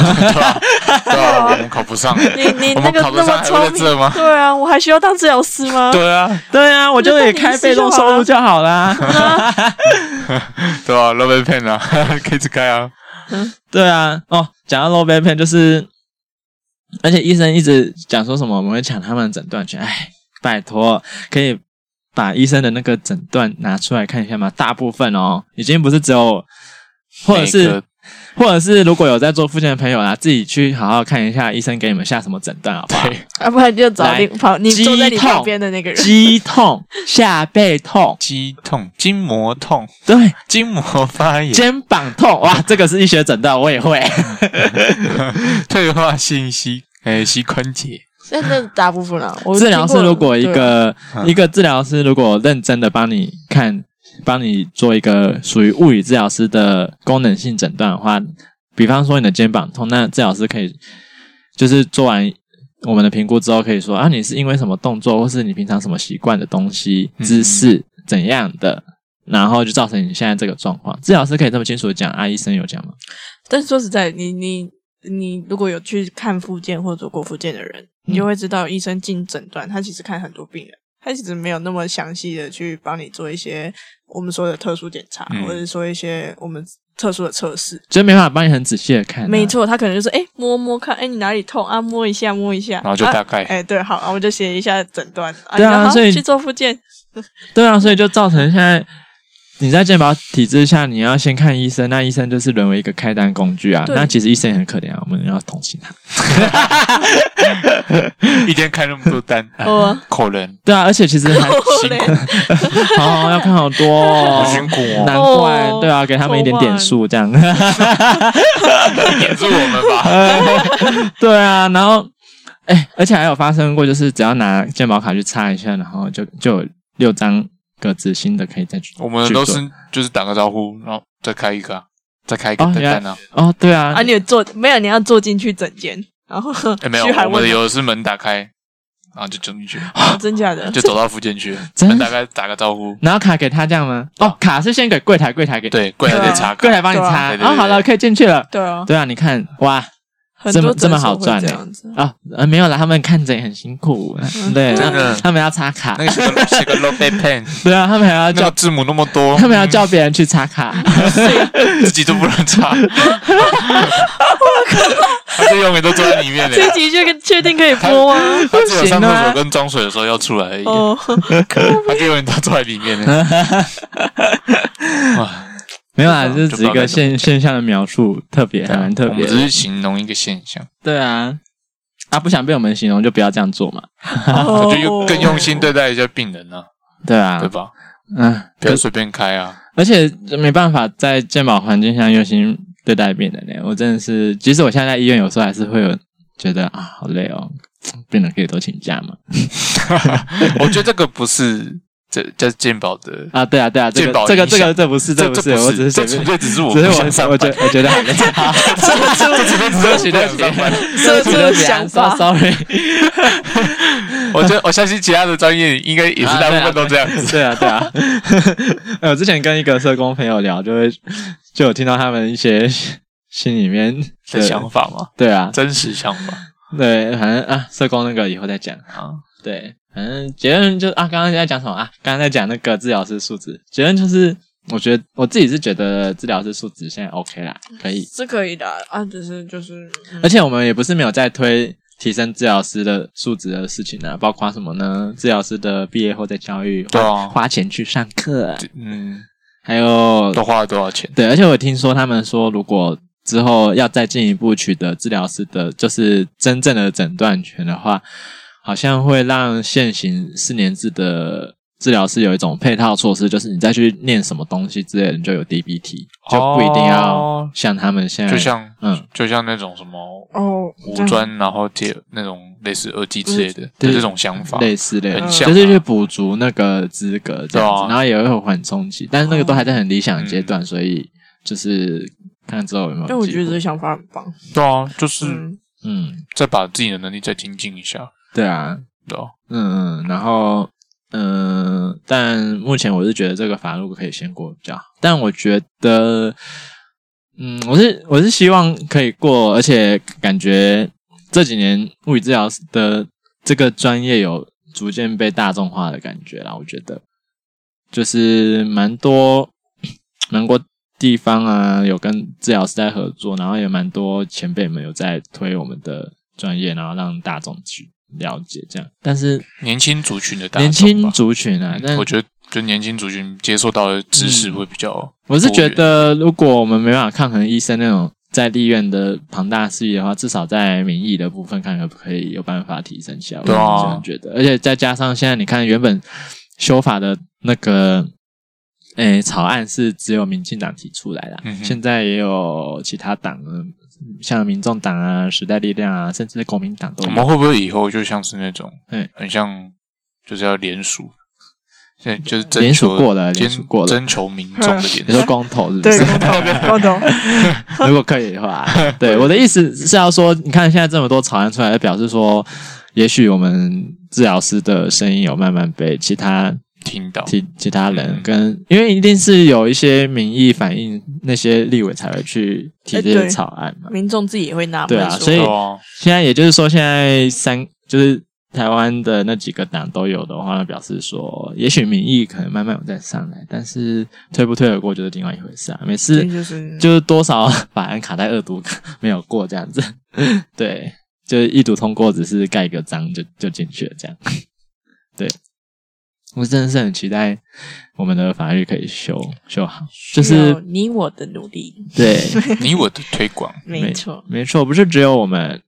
Speaker 1: 对啊，我们考不上，
Speaker 3: 你你
Speaker 1: 我们
Speaker 3: 那个
Speaker 1: 考
Speaker 3: 那
Speaker 1: 得上
Speaker 3: 么
Speaker 1: 还会
Speaker 3: 聪
Speaker 1: 在
Speaker 3: 明，
Speaker 1: 这吗？
Speaker 3: 对啊，我还需要当治疗师吗？
Speaker 1: 对啊，
Speaker 2: 对啊，我
Speaker 3: 就
Speaker 2: 就
Speaker 3: 当
Speaker 2: 也
Speaker 3: 你
Speaker 2: 开
Speaker 3: 是
Speaker 2: 被
Speaker 3: 就
Speaker 2: 动
Speaker 3: 好
Speaker 2: 收入
Speaker 3: 了
Speaker 2: 就好啦。
Speaker 1: 对啊 l o v e Pen 啊， 可以自开啊。
Speaker 2: 对啊，哦，讲到 low back pain 就是，而且医生一直讲说什么我们会抢他们的诊断权，哎，拜托，可以把医生的那个诊断拿出来看一下吗？大部分哦，已经不是只有，或者
Speaker 1: 每
Speaker 2: 是
Speaker 1: 个。
Speaker 2: 或者是如果有在做复健的朋友啊，自己去好好看一下医生给你们下什么诊断， 好不好？
Speaker 1: 对
Speaker 3: 啊，不然就找另旁你
Speaker 2: 肌
Speaker 3: 坐在你旁
Speaker 2: 痛
Speaker 3: 边的那个人，
Speaker 2: 肌痛、下背痛，
Speaker 1: 肌痛、筋膜痛、
Speaker 2: 对，
Speaker 1: 筋膜发炎、
Speaker 2: 肩膀痛，哇，这个是医学诊断，我也会。
Speaker 1: 退化性膝诶膝关节。
Speaker 3: 现在大部分啦，我
Speaker 2: 治疗
Speaker 3: 听
Speaker 2: 师
Speaker 3: 过
Speaker 2: 如果一
Speaker 3: 对啊
Speaker 2: 个
Speaker 1: 嗯
Speaker 2: 一个治疗师如果认真的帮你看，帮你做一个属于物理治疗师的功能性诊断的话，比方说你的肩膀痛，那治疗师可以就是做完我们的评估之后，可以说啊，你是因为什么动作，或是你平常什么习惯的东西、
Speaker 1: 嗯
Speaker 2: 姿势怎样的，然后就造成你现在这个状况。治疗师可以这么清楚的讲啊，医生有讲吗？
Speaker 3: 但是说实在，你你你如果有去看复健或者做过复健的人，
Speaker 2: 嗯
Speaker 3: 你就会知道医生进诊断，他其实看很多病人，他其实没有那么详细的去帮你做一些我们说的特殊检查，
Speaker 1: 嗯
Speaker 3: 或者是说一些我们特殊的测试。
Speaker 2: 就没办法帮你很仔细的看、啊
Speaker 1: 嗯
Speaker 3: 没，错，他可能就是哎、诶摸摸看，哎、你哪里痛啊？摸一下，摸一下，
Speaker 1: 然后就大概
Speaker 3: 啊哎、对，好，啊我就写一下诊断。
Speaker 2: 对啊
Speaker 3: 你就好
Speaker 2: 所以
Speaker 3: 去做复健，
Speaker 2: 对啊，所以就造成现在你在健保体制下，你要先看医生，那医生就是沦为一个开单工具啊。
Speaker 3: 对
Speaker 2: 那其实医生也很可怜啊，我们要同情他。
Speaker 1: 一天开那么多单，
Speaker 3: 哦，
Speaker 1: 扣人，
Speaker 2: 对啊，而且其实 还
Speaker 3: 可怜，
Speaker 2: 好、要看好多、
Speaker 1: 好
Speaker 2: 哦，
Speaker 1: 辛苦哦，
Speaker 2: 难怪、
Speaker 3: 哦
Speaker 2: 对啊，给他们一点点数 这样。
Speaker 1: 也是我们吧？
Speaker 2: 对啊，然后哎、而且还有发生过，就是只要拿健保卡去擦一下，然后就就有六张格子新的可以再去。
Speaker 1: 我们都
Speaker 2: 去做
Speaker 1: 是就是打个招呼，然后再开一个啊，再开一个
Speaker 2: 哦
Speaker 1: 再
Speaker 2: 原来
Speaker 1: 单啊。
Speaker 2: 哦，对啊，
Speaker 3: 啊，你有坐没有？你要坐进去整间，然后
Speaker 1: 哎，没有，
Speaker 3: 嘘寒
Speaker 1: 我们
Speaker 3: 问
Speaker 1: 的
Speaker 3: 暖
Speaker 1: 有的是门打开，然后就走进去，
Speaker 3: 哦真假的？
Speaker 1: 就走到附近去，
Speaker 2: 啊真
Speaker 1: 门打开打个招呼，
Speaker 2: 然后卡给他这样吗？哦，卡是先给柜台，柜台给
Speaker 1: 对，过来再查
Speaker 2: 啊柜台帮你
Speaker 3: 对啊
Speaker 2: 擦，
Speaker 1: 对对
Speaker 2: 哦，
Speaker 1: 对
Speaker 2: 好了，可以进去了。
Speaker 3: 对啊，
Speaker 2: 对啊，你看哇
Speaker 3: 很
Speaker 2: 这
Speaker 3: 多
Speaker 2: 么这么好
Speaker 3: 诊所
Speaker 2: 赚
Speaker 3: 会这
Speaker 2: 欸
Speaker 3: 样子。
Speaker 2: 啊、呃没有啦，他们看着也很辛苦，对，
Speaker 1: 真的
Speaker 2: 他他们要擦卡
Speaker 1: 那，个写 个写个 low b a pen，
Speaker 2: 对啊，他们还要
Speaker 1: 那
Speaker 2: 叫
Speaker 1: 个字母那么多，
Speaker 2: 他们要叫别人去擦 卡，
Speaker 1: 自己都不能 查，他这永远都坐在里面
Speaker 3: 这一
Speaker 1: 嘞。
Speaker 3: 集确确定可以播吗？
Speaker 1: 啊他只有上
Speaker 2: 不
Speaker 1: 厕
Speaker 2: 行
Speaker 1: 所
Speaker 2: 啊
Speaker 1: 跟装水的时候要出来而已，
Speaker 3: 哦，
Speaker 1: 他就永远都坐在里面嘞。哇，
Speaker 2: 没有啦，这
Speaker 1: 就
Speaker 2: 只是
Speaker 1: 不知
Speaker 2: 一
Speaker 1: 道该
Speaker 2: 个
Speaker 1: 怎么啊
Speaker 2: 现现象的描述，特别还蛮特
Speaker 1: 我
Speaker 2: 别
Speaker 1: 们
Speaker 2: 的。
Speaker 1: 只是形容一个现象，
Speaker 2: 对啊，啊，不想被我们形容就不要这样做嘛。
Speaker 1: 我
Speaker 3: 哦
Speaker 1: 就又更用心对待一下病人啊，
Speaker 2: 对啊，
Speaker 1: 对吧？
Speaker 2: 嗯，
Speaker 1: 不要
Speaker 2: 可
Speaker 1: 随便开 啊，
Speaker 2: 而且没办法在健保环境下用心对待病人呢、我真的是，即使我现在在医院，有时候还是会有觉得啊，好累哦。病人可以多请假嘛？
Speaker 1: 我觉得这个不是这这是健保的，
Speaker 2: 啊，对啊，对啊，这
Speaker 1: 健
Speaker 2: 个
Speaker 1: 保
Speaker 2: 这个
Speaker 1: 影响
Speaker 2: 这个这不是，
Speaker 1: 这
Speaker 2: 不
Speaker 1: 这
Speaker 2: 我
Speaker 1: 不
Speaker 2: 只
Speaker 1: 这
Speaker 2: 是随
Speaker 1: 纯
Speaker 2: 便，
Speaker 1: 粹只是我
Speaker 2: 只是
Speaker 1: 不
Speaker 2: 我
Speaker 1: 想上
Speaker 2: 我
Speaker 1: 班，
Speaker 2: 觉得我觉得很 累，
Speaker 1: 这纯粹只是我不
Speaker 2: 起
Speaker 1: 想
Speaker 2: 对不起
Speaker 1: 上班。
Speaker 3: 这这
Speaker 2: 对
Speaker 3: 种
Speaker 2: 不起啊
Speaker 3: 想法
Speaker 2: so，sorry，
Speaker 1: 我觉得我相信其他的专业应该也是大部分都这样子。
Speaker 2: 啊对啊，对啊。 呃我之前跟一个社工朋友聊，就会就有听到他们一些心里面
Speaker 1: 的想
Speaker 2: 的，
Speaker 1: 法嘛，
Speaker 2: 对啊，
Speaker 1: 真实想法
Speaker 2: 对，反正啊，社工那个以后再讲。
Speaker 1: 啊。
Speaker 2: 对，反正结论就啊，刚刚在讲什么啊？刚刚在讲那个治疗师素质，结论就是，我觉得我自己是觉得治疗师素质现在 OK 啦，可以。
Speaker 3: 是可以的啊啊，只是就是嗯
Speaker 2: 而且我们也不是没有在推提升治疗师的素质的事情啊，包括什么呢？治疗师的毕业后再教育，
Speaker 1: 对啊
Speaker 2: 花花钱去上课，
Speaker 1: 嗯，
Speaker 2: 还有
Speaker 1: 都花了多少钱？
Speaker 2: 对，而且我听说他们说，如果之后要再进一步取得治疗师的，就是真正的诊断权的话，好像会让现行四年制的治疗师有一种配套措施，就是你再去念什么东西之类的，你就有 DBT，就不一定要
Speaker 1: 哦
Speaker 2: 像他们现在，
Speaker 1: 就像
Speaker 2: 嗯，啊
Speaker 1: 就像那种什么
Speaker 2: 呃
Speaker 3: 哦，
Speaker 1: 五
Speaker 3: 这样
Speaker 1: 专，然后接那种类似二技之类的
Speaker 2: 对
Speaker 1: 的这种想法，
Speaker 2: 类似类
Speaker 1: 很
Speaker 2: 似，
Speaker 1: 像
Speaker 2: 就
Speaker 1: 啊
Speaker 2: 是去补足那个资格这样子，
Speaker 1: 对啊
Speaker 2: 然后也会有缓冲期，但是那个都还在很理想的阶
Speaker 1: 嗯
Speaker 2: 段，所以就是看之后有没有机
Speaker 3: 但
Speaker 2: 会。
Speaker 3: 我觉得这个想法很棒。
Speaker 1: 对啊，就是
Speaker 3: 嗯，
Speaker 2: 嗯，
Speaker 1: 再把自己的能力再精进一下，
Speaker 2: 对啊，
Speaker 1: 对吧？
Speaker 2: 嗯，嗯，然后嗯，但目前我是觉得这个法律可以先过比较好，但我觉得，嗯，我是我是希望可以过，而且感觉这几年物理治疗师的这个专业有逐渐被大众化的感觉啦，我觉得就是蛮多蛮多地方啊，有跟治疗师在合作，然后也蛮多前辈们有在推我们的专业，然后让大众去了解这样。但是
Speaker 1: 年轻族群的大众吧
Speaker 2: 年轻族群啊，但
Speaker 1: 嗯我觉得就年轻族群接受到的知识会比较，
Speaker 2: 我是觉得，如果我们没办法抗衡医生那种在立院的庞大势力的话，至少在民意的部分看可不可以有办法提升起来。我
Speaker 1: 对啊
Speaker 2: 是这样觉得，而且再加上现在你看，原本修法的那个。诶、草案是只有民进党提出来啦，
Speaker 1: 嗯哼
Speaker 2: 现在也有其他党，嗯像民众党啊、时代力量啊，甚至国民党都
Speaker 1: 我
Speaker 2: 有。
Speaker 1: 们会不会以后就像是那种
Speaker 2: 嗯，
Speaker 1: 很像就是要联署，现在就是征求
Speaker 2: 联署过了，联署
Speaker 1: 征
Speaker 2: 过了。嗯
Speaker 1: 征求民众的联
Speaker 2: 你说
Speaker 1: 署，
Speaker 2: 公投是不
Speaker 3: 对，
Speaker 2: 是？
Speaker 3: 我懂，我 懂。
Speaker 2: 如果可以的话，对我的意思是要说，你看现在这么多草案出来，表示说，也许我们治疗师的声音有慢慢被其他
Speaker 1: 听 到
Speaker 2: 其其他人
Speaker 1: 嗯
Speaker 2: 跟，因为一定是有一些民意反映，那些立委才会去提
Speaker 3: 哎
Speaker 2: 这些
Speaker 3: 对
Speaker 2: 草案嘛。
Speaker 3: 民众自己也会纳闷
Speaker 2: 对啊
Speaker 3: 说，
Speaker 2: 所以
Speaker 1: 对啊，
Speaker 2: 现在也就是说，现在三就是台湾的那几个党都有的话，表示说，也许民意可能慢慢有在上来，但是推不推得过就是另外一回事啊。每次
Speaker 3: 这就是
Speaker 2: 就是多少 法案卡在恶毒没有过这样子， 对，就是一读通过，只是盖一个章就就进去了这样。对，我真的是很期待我们的法律可以修修好，就
Speaker 3: 需
Speaker 2: 是
Speaker 3: 要你我的努力，
Speaker 2: 对，
Speaker 1: 你我的推广，
Speaker 3: 没错，
Speaker 2: 没错，不是只有我们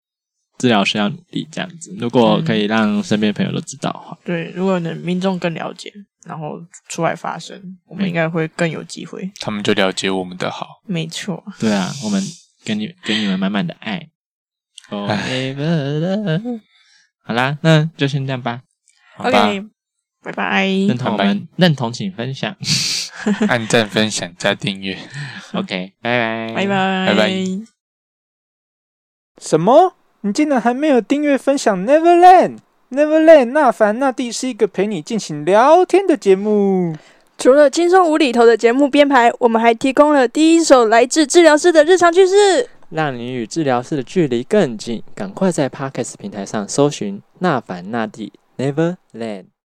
Speaker 2: 治疗师要努力这样子。如果可以让身边朋友都知道的话，
Speaker 3: 对，如果能民众更了解，然后出来发声，我们
Speaker 2: 没
Speaker 3: 应该会更有机会。
Speaker 1: 他们就了解我们的好。
Speaker 3: 没错，
Speaker 2: 对啊，我们给你给你们满满的爱。Forever love 好啦，那就先这样吧。嗯
Speaker 1: 好吧
Speaker 3: OK，拜拜，
Speaker 2: 认同我
Speaker 1: 拜
Speaker 2: 们，认同请分享。
Speaker 1: 按赞、分享、加订阅。
Speaker 2: OK，拜拜，
Speaker 3: 拜拜，
Speaker 1: 拜拜。
Speaker 4: 什么？你竟然还没有订阅分享 Neverland Neverland 纳凡纳蒂是一个陪你进行聊天的节目。
Speaker 5: 除了轻松无厘头的节目编排，我们还提供了第一手来自治疗师的日常趣事。
Speaker 6: 让你与治疗师的距离更近。赶快在 Podcast 平台上搜寻“纳凡纳蒂 Neverland”。